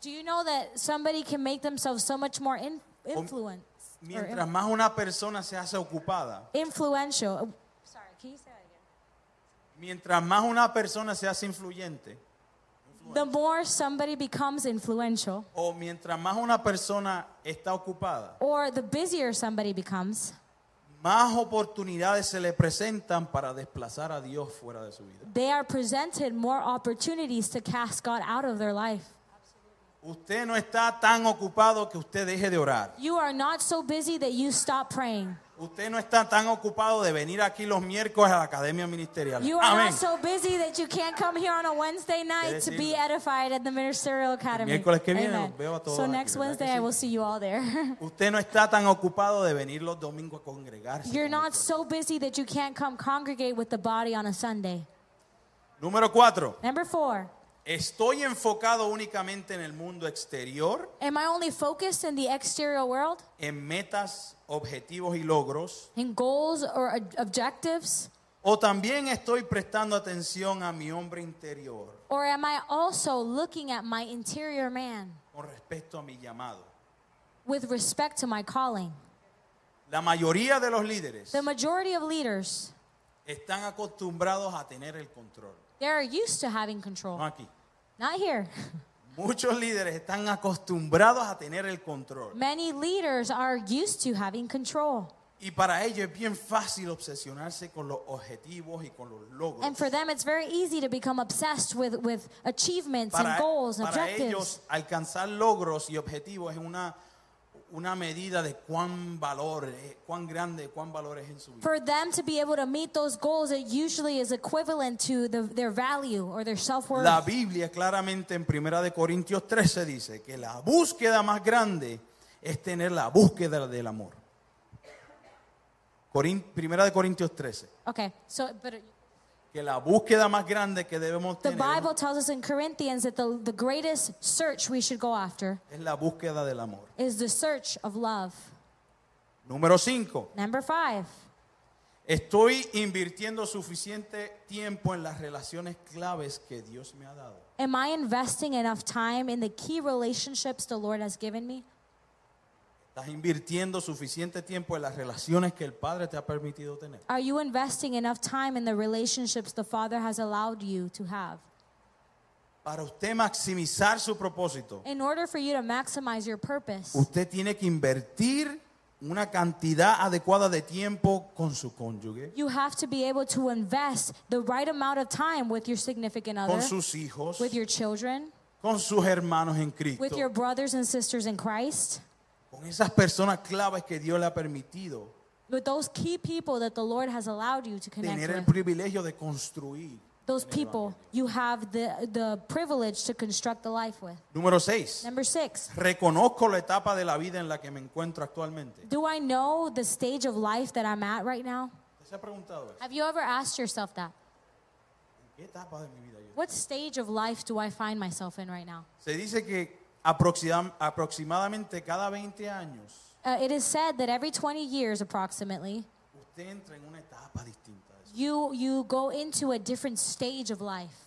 [SPEAKER 2] Do you know that somebody can make themselves so much more in, influence or
[SPEAKER 1] Mientras más una persona se hace ocupada,
[SPEAKER 2] in- influential? Oh, Sorry, can you say that
[SPEAKER 1] mientras más una persona se hace influyente,
[SPEAKER 2] again? The more somebody becomes influential,
[SPEAKER 1] o mientras más una persona está ocupada,
[SPEAKER 2] or the busier somebody becomes,
[SPEAKER 1] más oportunidades se le presentan para desplazar a Dios fuera de su vida.
[SPEAKER 2] they are presented more opportunities to cast God out of their life.
[SPEAKER 1] Usted no está tan ocupado que usted deje de orar.
[SPEAKER 2] You are not so busy that you stop praying.
[SPEAKER 1] Usted no está tan ocupado de venir aquí los miércoles a la Academia Ministerial.
[SPEAKER 2] You are
[SPEAKER 1] Amén.
[SPEAKER 2] not so busy that you can't come here on a Wednesday night to
[SPEAKER 1] decirlo.
[SPEAKER 2] be edified at the Ministerial Academy.
[SPEAKER 1] miércoles que viene
[SPEAKER 2] Amen.
[SPEAKER 1] los veo a todos
[SPEAKER 2] so
[SPEAKER 1] aquí,
[SPEAKER 2] next
[SPEAKER 1] ¿verdad que
[SPEAKER 2] Wednesday,
[SPEAKER 1] sí?
[SPEAKER 2] I will see you all there.
[SPEAKER 1] Usted no está tan ocupado de venir los domingos a congregarse.
[SPEAKER 2] You're
[SPEAKER 1] con
[SPEAKER 2] not
[SPEAKER 1] nosotros.
[SPEAKER 2] so busy that you can't come congregate with the body on a Sunday.
[SPEAKER 1] Número cuatro.
[SPEAKER 2] Number four,
[SPEAKER 1] Estoy enfocado únicamente en el mundo exterior
[SPEAKER 2] am I only focused in the exterior world,
[SPEAKER 1] en metas, objetivos y logros,
[SPEAKER 2] in goals or ob- objectives?
[SPEAKER 1] o también estoy prestando atención a mi hombre interior
[SPEAKER 2] Or am I also looking at my interior man
[SPEAKER 1] con respecto a mi llamado.
[SPEAKER 2] with respect to my calling?
[SPEAKER 1] La mayoría de los líderes
[SPEAKER 2] The majority of leaders
[SPEAKER 1] están acostumbrados a tener el control.
[SPEAKER 2] They're used to having
[SPEAKER 1] No
[SPEAKER 2] control.
[SPEAKER 1] aquí.
[SPEAKER 2] Not here.
[SPEAKER 1] Muchos líderes están acostumbrados a tener el control.
[SPEAKER 2] Many leaders are used to having control.
[SPEAKER 1] Y para ellos es bien fácil obsesionarse con los objetivos y con los logros.
[SPEAKER 2] And for them, it's very easy to become obsessed with, with achievements and
[SPEAKER 1] para, e-,
[SPEAKER 2] goals and
[SPEAKER 1] para
[SPEAKER 2] objectives.
[SPEAKER 1] ellos alcanzar logros y objetivos es una, una medida de cuán valor, eh, cuán grande, cuán valor es en su vida.
[SPEAKER 2] For them to be able to meet those goals, it usually is equivalent to the, their value or their self worth.
[SPEAKER 1] La Biblia claramente en 1 de Corintios 13 dice que la búsqueda más grande es tener la búsqueda del amor. 1 de Corintios 13,
[SPEAKER 2] Okay, so but
[SPEAKER 1] que la búsqueda más grande que debemos
[SPEAKER 2] the
[SPEAKER 1] tener
[SPEAKER 2] Bible tells us in Corinthians that the, the greatest search we should go after
[SPEAKER 1] es la búsqueda del amor.
[SPEAKER 2] is the search of love.
[SPEAKER 1] Número 5,
[SPEAKER 2] Number five,
[SPEAKER 1] estoy invirtiendo suficiente tiempo en las relaciones claves que Dios me ha dado.
[SPEAKER 2] am I investing enough time in the key relationships the Lord has given me?
[SPEAKER 1] Estás invirtiendo suficiente tiempo en las relaciones que el Padre te ha permitido tener.
[SPEAKER 2] Are you investing enough time in the relationships the Father has allowed you to have?
[SPEAKER 1] Para usted maximizar su propósito,
[SPEAKER 2] In order for you to maximize your purpose,
[SPEAKER 1] usted tiene que invertir una cantidad adecuada de tiempo con su cónyuge,
[SPEAKER 2] you have to be able to invest the right amount of time with your significant
[SPEAKER 1] con
[SPEAKER 2] other,
[SPEAKER 1] sus hijos,
[SPEAKER 2] with your children,
[SPEAKER 1] con sus hermanos en
[SPEAKER 2] with
[SPEAKER 1] Cristo,
[SPEAKER 2] your brothers and sisters in Christ,
[SPEAKER 1] con esas personas claves que Dios le ha permitido
[SPEAKER 2] with those key people that the Lord has allowed you to
[SPEAKER 1] tener el
[SPEAKER 2] connect with.
[SPEAKER 1] privilegio de construir.
[SPEAKER 2] Those people you have the, the privilege to construct the life with.
[SPEAKER 1] Número 6.
[SPEAKER 2] Number six,
[SPEAKER 1] Reconozco la etapa de la vida en la que me encuentro actualmente.
[SPEAKER 2] do I know the stage of life that I'm at right now?
[SPEAKER 1] ¿Usted se ha preguntado eso?
[SPEAKER 2] Have you ever asked yourself that?
[SPEAKER 1] ¿En qué etapa de mi vida yo estoy?
[SPEAKER 2] What stage of life do I find myself in right now?
[SPEAKER 1] Se dice que aproxima- aproximadamente cada 20 años
[SPEAKER 2] Uh, it is said that every 20 years approximately,
[SPEAKER 1] usted entra en una etapa distinta. de su-
[SPEAKER 2] you, you go into a different stage of life.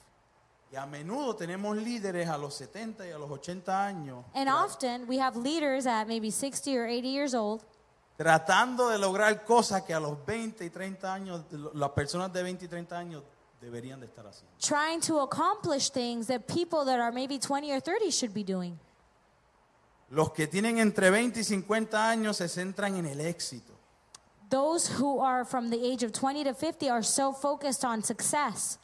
[SPEAKER 1] Y a menudo tenemos líderes a los 70 y a los 80 años
[SPEAKER 2] And
[SPEAKER 1] tra-
[SPEAKER 2] often we have leaders at maybe 60 or 80 years old
[SPEAKER 1] tratando de lograr cosas que a los 20 y 30 años, lo- las personas de 20 y 30 años deberían de estar haciendo.
[SPEAKER 2] trying to accomplish things that people that are maybe 20 or 30 should be doing.
[SPEAKER 1] Los que tienen entre 20 y 50 años se centran en el éxito.
[SPEAKER 2] Those who are from the age of 20 to 50 are so focused on success.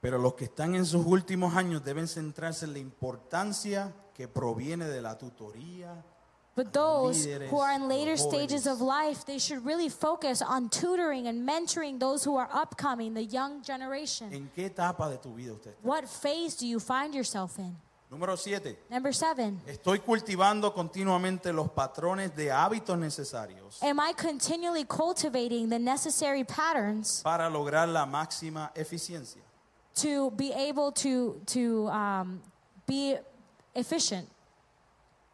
[SPEAKER 1] Pero los que están en sus últimos años deben centrarse en la importancia que proviene de la tutoría,
[SPEAKER 2] But those
[SPEAKER 1] líderes,
[SPEAKER 2] who are in
[SPEAKER 1] los
[SPEAKER 2] later stages
[SPEAKER 1] jóvenes.
[SPEAKER 2] of life, they should really focus on tutoring and mentoring those who are upcoming, the young generation.
[SPEAKER 1] ¿En qué etapa de tu vida usted está?
[SPEAKER 2] What phase do you find yourself in?
[SPEAKER 1] Número 7.
[SPEAKER 2] Number seven,
[SPEAKER 1] Estoy cultivando continuamente los patrones de hábitos necesarios
[SPEAKER 2] am I continually cultivating the necessary patterns
[SPEAKER 1] para lograr la máxima eficiencia.
[SPEAKER 2] to be able to, to um, be efficient?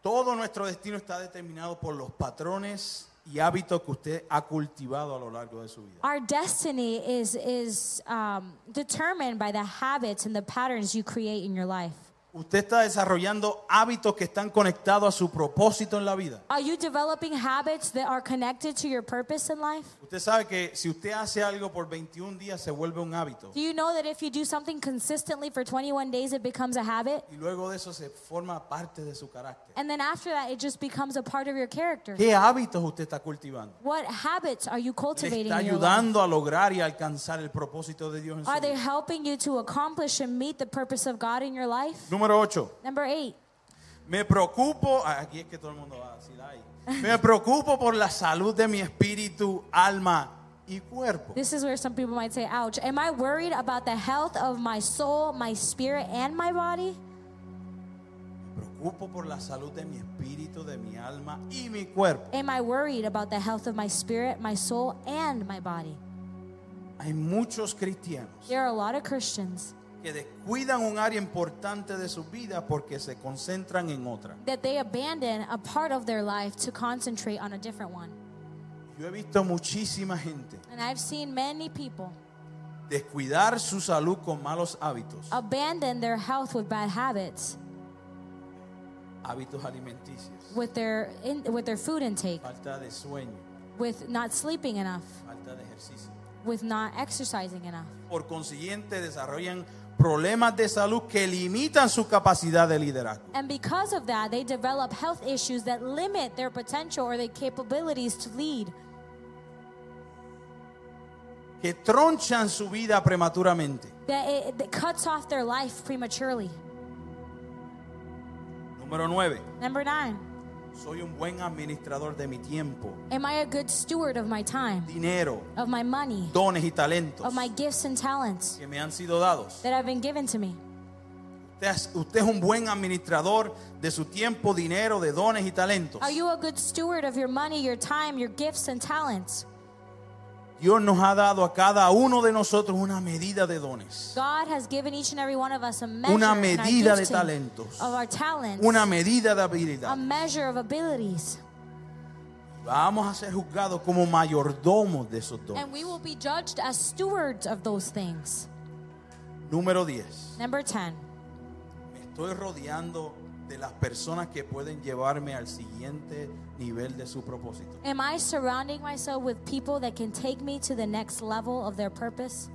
[SPEAKER 1] Todo nuestro destino está determinado por los patrones y hábitos que usted ha cultivado a lo largo de su vida.
[SPEAKER 2] Our destiny is, is um, determined by the habits and the patterns you create in your life.
[SPEAKER 1] Usted está desarrollando hábitos que están conectados a su propósito en la vida.
[SPEAKER 2] Are you developing habits that are connected to your purpose in life?
[SPEAKER 1] Usted sabe que si usted hace algo por 21 días se vuelve un hábito
[SPEAKER 2] Do you know that if you do something consistently for 21 days, it becomes a habit?
[SPEAKER 1] y luego de eso se forma parte de su carácter.
[SPEAKER 2] And then after that, it just becomes a part of your character.
[SPEAKER 1] ¿Qué hábitos usted está cultivando?
[SPEAKER 2] What habits are you
[SPEAKER 1] le
[SPEAKER 2] cultivating
[SPEAKER 1] está
[SPEAKER 2] in your life?
[SPEAKER 1] ayudando a lograr y alcanzar el propósito de Dios en su
[SPEAKER 2] Are they
[SPEAKER 1] vida.
[SPEAKER 2] helping you to accomplish and meet the purpose of God in your life?
[SPEAKER 1] Número 8.
[SPEAKER 2] Number eight,
[SPEAKER 1] Me preocupo, ah, aquí es que todo el mundo va a decir, "Ay". me preocupo por la salud de mi espíritu, alma y cuerpo.
[SPEAKER 2] this is where some people might say, ouch, am I worried about the health of my soul, my spirit, and my body?
[SPEAKER 1] Me preocupo por la salud de mi espíritu, de mi alma y mi cuerpo.
[SPEAKER 2] Am I worried about the health of my spirit, my soul, and my body?
[SPEAKER 1] Hay muchos cristianos
[SPEAKER 2] There are a lot of Christians
[SPEAKER 1] que descuidan un área importante de su vida porque se concentran en otra.
[SPEAKER 2] that they abandon a part of their life to concentrate on a different one.
[SPEAKER 1] Yo he visto muchísima gente
[SPEAKER 2] And I've seen many people
[SPEAKER 1] descuidar su salud con malos hábitos,
[SPEAKER 2] Ah. abandon their health with bad habits,
[SPEAKER 1] hábitos alimenticios,
[SPEAKER 2] with their in, with their food intake,
[SPEAKER 1] falta de sueño,
[SPEAKER 2] with not sleeping enough,
[SPEAKER 1] falta de ejercicio.
[SPEAKER 2] with not exercising enough.
[SPEAKER 1] Por consiguiente, desarrollan problemas de salud que limitan su capacidad de liderazgo.
[SPEAKER 2] And because of that, they develop health issues that limit their potential or their capabilities to lead,
[SPEAKER 1] Que tronchan su vida prematuramente.
[SPEAKER 2] that it, that cuts off their life prematurely.
[SPEAKER 1] Número 9.
[SPEAKER 2] Number nine,
[SPEAKER 1] Soy un buen administrador de mi tiempo,
[SPEAKER 2] am I a good steward of my time,
[SPEAKER 1] dinero,
[SPEAKER 2] of my money,
[SPEAKER 1] dones y talentos
[SPEAKER 2] of Oh my gifts and talents
[SPEAKER 1] que me han sido dados.
[SPEAKER 2] that have been given to me?
[SPEAKER 1] Usted es- Usted es un buen administrador de su tiempo, dinero, de dones y talentos.
[SPEAKER 2] Are you a good steward of your money, your time, your gifts and talents?
[SPEAKER 1] Dios nos ha dado a cada uno de nosotros una medida de dones,
[SPEAKER 2] God has given each and every one of us a measure
[SPEAKER 1] Una
[SPEAKER 2] in our
[SPEAKER 1] medida de
[SPEAKER 2] gifting
[SPEAKER 1] talentos.
[SPEAKER 2] of our talents,
[SPEAKER 1] una medida de
[SPEAKER 2] a
[SPEAKER 1] habilidad.
[SPEAKER 2] measure of abilities,
[SPEAKER 1] Vamos a ser juzgados como mayordomos de esos
[SPEAKER 2] and we
[SPEAKER 1] dones.
[SPEAKER 2] will be judged as stewards of those things.
[SPEAKER 1] Número 10.
[SPEAKER 2] Number 10.
[SPEAKER 1] Me estoy rodeando de las personas que pueden llevarme al siguiente nivel de su propósito.
[SPEAKER 2] Am I surrounding myself with people that can take me to the next level of their purpose?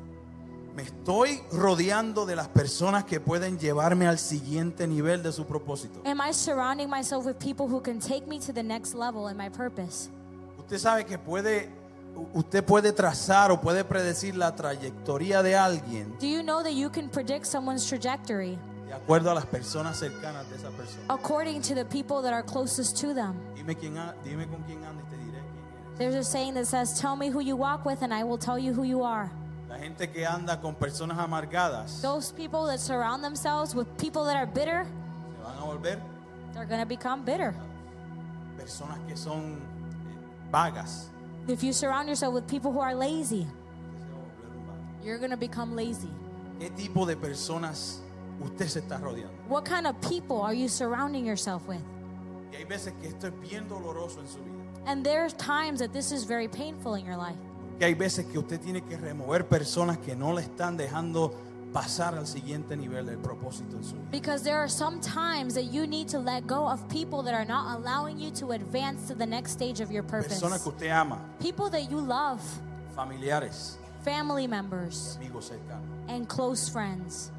[SPEAKER 1] Me estoy rodeando de las personas que pueden llevarme al siguiente nivel de su propósito.
[SPEAKER 2] Am I surrounding myself with people who can take me to the next level in my purpose?
[SPEAKER 1] Usted sabe que puede, u- usted puede trazar o puede predecir la trayectoria de alguien
[SPEAKER 2] Do you know that you can predict someone's trajectory
[SPEAKER 1] de acuerdo a las personas cercanas de esa persona.
[SPEAKER 2] according to the people that are closest to them?
[SPEAKER 1] Dime, quién, ha- dime con quién anda y te diré quién eres.
[SPEAKER 2] There's a saying that says, Tell me who you walk with, and I will tell you who you are.
[SPEAKER 1] La gente que anda con personas amargadas se
[SPEAKER 2] Those people that surround themselves with people that are bitter,
[SPEAKER 1] van a volver
[SPEAKER 2] they're going to become bitter.
[SPEAKER 1] personas que son eh, vagas.
[SPEAKER 2] If you surround yourself with people who are lazy,
[SPEAKER 1] Usted se va a volver un vago.
[SPEAKER 2] you're going to become lazy.
[SPEAKER 1] ¿Qué tipo de personas usted se está rodeando?
[SPEAKER 2] What kind of people are you surrounding yourself with?
[SPEAKER 1] Y hay veces que esto es bien doloroso en su vida.
[SPEAKER 2] And there's times that this is very painful in your life.
[SPEAKER 1] Que hay veces que usted tiene que remover personas que no le están dejando pasar al siguiente nivel del propósito en su vida.
[SPEAKER 2] Because there are some times that you need to let go of people that are not allowing you to advance to the next stage of your purpose.
[SPEAKER 1] Personas que usted ama,
[SPEAKER 2] People that you love,
[SPEAKER 1] familiares,
[SPEAKER 2] family members,
[SPEAKER 1] amigos cercanos.
[SPEAKER 2] and close friends.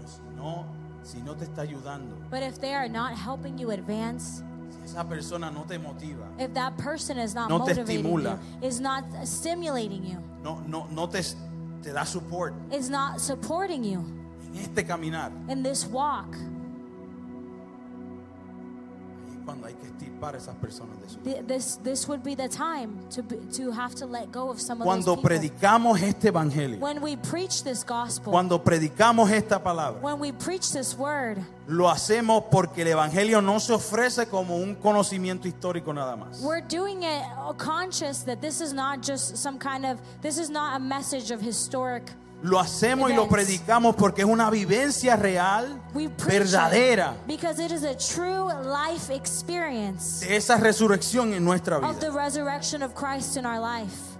[SPEAKER 1] Pero si no, si no te está ayudando,
[SPEAKER 2] But if they are not helping you advance,
[SPEAKER 1] si esa persona no te motiva,
[SPEAKER 2] if that person is not
[SPEAKER 1] No te
[SPEAKER 2] motivating you,
[SPEAKER 1] estimula.
[SPEAKER 2] is not stimulating you,
[SPEAKER 1] no, no, no te, te da support
[SPEAKER 2] is not supporting you
[SPEAKER 1] en este caminar,
[SPEAKER 2] in this walk,
[SPEAKER 1] ahí es cuando hay que estirpar a esas personas de su vida.
[SPEAKER 2] th- this this would be the time to be, to have to let go of some of
[SPEAKER 1] Cuando
[SPEAKER 2] those people.
[SPEAKER 1] predicamos este evangelio,
[SPEAKER 2] When we preach this gospel,
[SPEAKER 1] cuando predicamos esta palabra,
[SPEAKER 2] when we preach this word,
[SPEAKER 1] lo hacemos porque el evangelio no se ofrece como un conocimiento histórico nada más.
[SPEAKER 2] we're doing it conscious that this is not just some kind of this is not a message of historic.
[SPEAKER 1] Lo hacemos y lo
[SPEAKER 2] Events.
[SPEAKER 1] predicamos porque es una vivencia real,
[SPEAKER 2] We preach
[SPEAKER 1] verdadera,
[SPEAKER 2] it because it is a true life experience
[SPEAKER 1] de esa resurrección en nuestra
[SPEAKER 2] of the
[SPEAKER 1] vida.
[SPEAKER 2] resurrection of Christ in our life.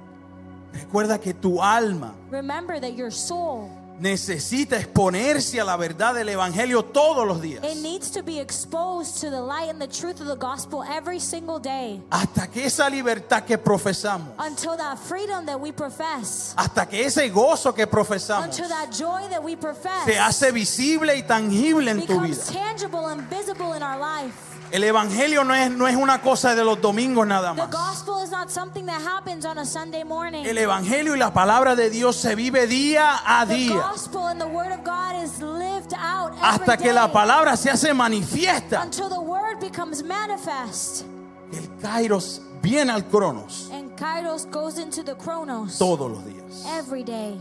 [SPEAKER 1] Recuerda que tu alma
[SPEAKER 2] Remember that your soul
[SPEAKER 1] necesita exponerse a la verdad del Evangelio todos los días.
[SPEAKER 2] it needs to be exposed to the light and the truth of the gospel every single day
[SPEAKER 1] Hasta que esa libertad que profesamos,
[SPEAKER 2] until that freedom that we profess,
[SPEAKER 1] hasta que ese gozo que profesamos
[SPEAKER 2] until that joy that we profess
[SPEAKER 1] se hace visible y tangible en tu vida.
[SPEAKER 2] becomes tangible and visible in our life.
[SPEAKER 1] El Evangelio no es, no es una cosa de los domingos nada
[SPEAKER 2] The
[SPEAKER 1] más.
[SPEAKER 2] gospel is not something that happens on a Sunday morning.
[SPEAKER 1] El Evangelio y la palabra de Dios se vive día a
[SPEAKER 2] the
[SPEAKER 1] día.
[SPEAKER 2] gospel and the word of God is lived out every
[SPEAKER 1] hasta que la
[SPEAKER 2] day
[SPEAKER 1] palabra se hace manifiesta.
[SPEAKER 2] until the word becomes manifest
[SPEAKER 1] El Kairos viene al Cronos
[SPEAKER 2] and Kairos goes into the Chronos
[SPEAKER 1] todos los días.
[SPEAKER 2] every day.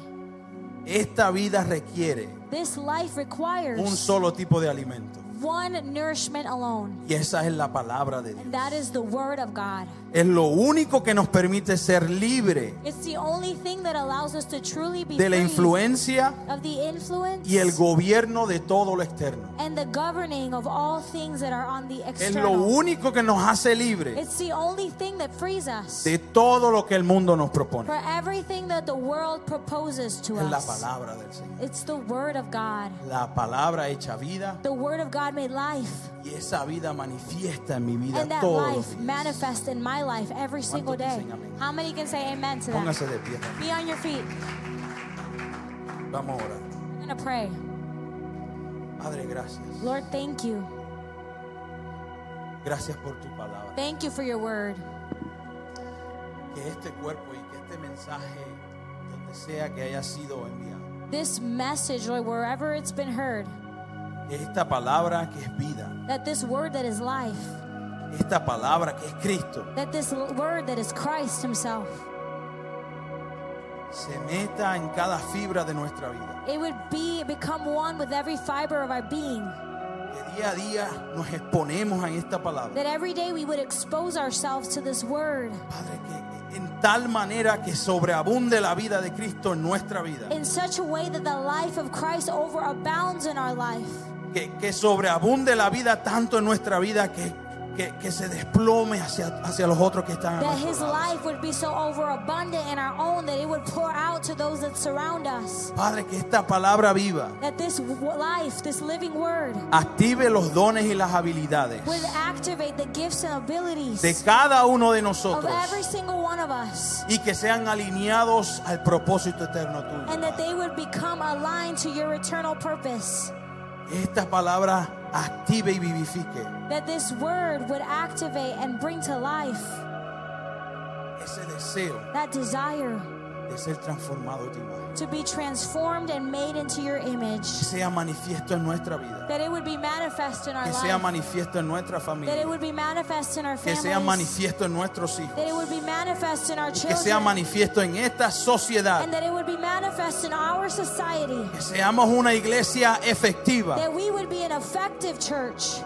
[SPEAKER 1] Esta vida requiere
[SPEAKER 2] This life requires
[SPEAKER 1] un solo tipo de alimento
[SPEAKER 2] one nourishment alone,
[SPEAKER 1] y esa es la palabra de Dios.
[SPEAKER 2] and that is the word of God.
[SPEAKER 1] Es lo único que nos permite ser libre
[SPEAKER 2] It's the only thing that allows us to truly be
[SPEAKER 1] de la
[SPEAKER 2] free
[SPEAKER 1] influencia
[SPEAKER 2] of the influence
[SPEAKER 1] y el gobierno de todo lo externo.
[SPEAKER 2] and the governing of all things that are on the
[SPEAKER 1] Es lo
[SPEAKER 2] external.
[SPEAKER 1] único que nos hace libre
[SPEAKER 2] It's the only thing that frees us
[SPEAKER 1] de todo lo que el mundo nos propone.
[SPEAKER 2] for everything that the world proposes to
[SPEAKER 1] Es la
[SPEAKER 2] us.
[SPEAKER 1] palabra del Señor.
[SPEAKER 2] It's the word of God.
[SPEAKER 1] La palabra hecha vida
[SPEAKER 2] The word of God God made life.
[SPEAKER 1] Y esa vida manifiesta en mi vida
[SPEAKER 2] And that
[SPEAKER 1] todos los
[SPEAKER 2] life
[SPEAKER 1] días.
[SPEAKER 2] manifests in my life every single day.
[SPEAKER 1] dicen amén?
[SPEAKER 2] How many can say amen to that?
[SPEAKER 1] Póngase de pie.
[SPEAKER 2] Be on your feet.
[SPEAKER 1] Vamos a orar.
[SPEAKER 2] I'm going to pray.
[SPEAKER 1] Padre, gracias.
[SPEAKER 2] Lord, thank you.
[SPEAKER 1] Gracias por tu palabra.
[SPEAKER 2] Thank you for your word.
[SPEAKER 1] Que este cuerpo y que este mensaje, donde sea que haya sido enviado,
[SPEAKER 2] This message, Lord, wherever it's been heard,
[SPEAKER 1] que esta palabra que es vida,
[SPEAKER 2] that this word that is life,
[SPEAKER 1] esta palabra que es Cristo,
[SPEAKER 2] that this l- word that is Christ Himself,
[SPEAKER 1] se meta en cada fibra de nuestra vida.
[SPEAKER 2] it would be become one with every fiber of our being.
[SPEAKER 1] Que día a día nos exponemos a esta palabra.
[SPEAKER 2] That every day we would expose ourselves to this word
[SPEAKER 1] Padre, que en tal manera que sobreabunde la vida de Cristo en nuestra vida.
[SPEAKER 2] in such a way that the life of Christ overabounds in our life.
[SPEAKER 1] Que, que sobreabunde la vida tanto en nuestra vida que, que, que se desplome hacia, hacia los otros que están a
[SPEAKER 2] That
[SPEAKER 1] nuestro
[SPEAKER 2] His
[SPEAKER 1] lado.
[SPEAKER 2] life would be so overabundant in our own that it would pour out to those that surround us.
[SPEAKER 1] Padre, que esta palabra viva
[SPEAKER 2] That this w- life, this living word,
[SPEAKER 1] active los dones y las habilidades
[SPEAKER 2] would activate the gifts and
[SPEAKER 1] de
[SPEAKER 2] abilities
[SPEAKER 1] cada uno de
[SPEAKER 2] of
[SPEAKER 1] nosotros
[SPEAKER 2] every single one of us.
[SPEAKER 1] y que sean alineados al propósito eterno tuyo.
[SPEAKER 2] And that they would become aligned to your eternal purpose.
[SPEAKER 1] Que esta palabra active y vivifique
[SPEAKER 2] That this word would activate and bring to life
[SPEAKER 1] ese deseo
[SPEAKER 2] that desire
[SPEAKER 1] de ser transformado en tu imagen.
[SPEAKER 2] to be transformed and made into your image.
[SPEAKER 1] Que sea manifiesto en nuestra vida,
[SPEAKER 2] That it would be manifest in our
[SPEAKER 1] que sea
[SPEAKER 2] life.
[SPEAKER 1] manifiesto en nuestra
[SPEAKER 2] That it
[SPEAKER 1] familia,
[SPEAKER 2] would be manifest in our
[SPEAKER 1] que sea
[SPEAKER 2] families.
[SPEAKER 1] manifiesto en nuestros hijos,
[SPEAKER 2] That it would be manifest in our
[SPEAKER 1] que sea
[SPEAKER 2] children.
[SPEAKER 1] manifiesto en esta sociedad,
[SPEAKER 2] And that it would be manifest in our society.
[SPEAKER 1] que seamos una iglesia efectiva,
[SPEAKER 2] That we would be an effective church.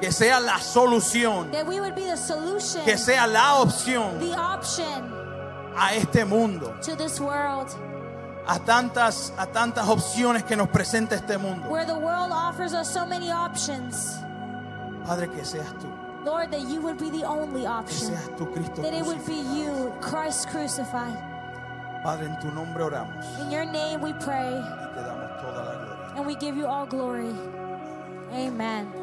[SPEAKER 1] que sea la solución,
[SPEAKER 2] That we would be the solution,
[SPEAKER 1] que sea la opción
[SPEAKER 2] the option
[SPEAKER 1] a este mundo.
[SPEAKER 2] to this world.
[SPEAKER 1] a tantas, a tantas opciones que nos presenta este mundo.
[SPEAKER 2] Where the world offers us so many options.
[SPEAKER 1] Padre, que seas tú,
[SPEAKER 2] Lord, that you would be the only
[SPEAKER 1] que
[SPEAKER 2] option.
[SPEAKER 1] seas tú, Cristo.
[SPEAKER 2] That it would be
[SPEAKER 1] crucificado.
[SPEAKER 2] you, Christ crucified.
[SPEAKER 1] Padre, en tu nombre oramos
[SPEAKER 2] In your name we pray
[SPEAKER 1] y te damos toda la gloria.
[SPEAKER 2] and we give you all glory. Amen.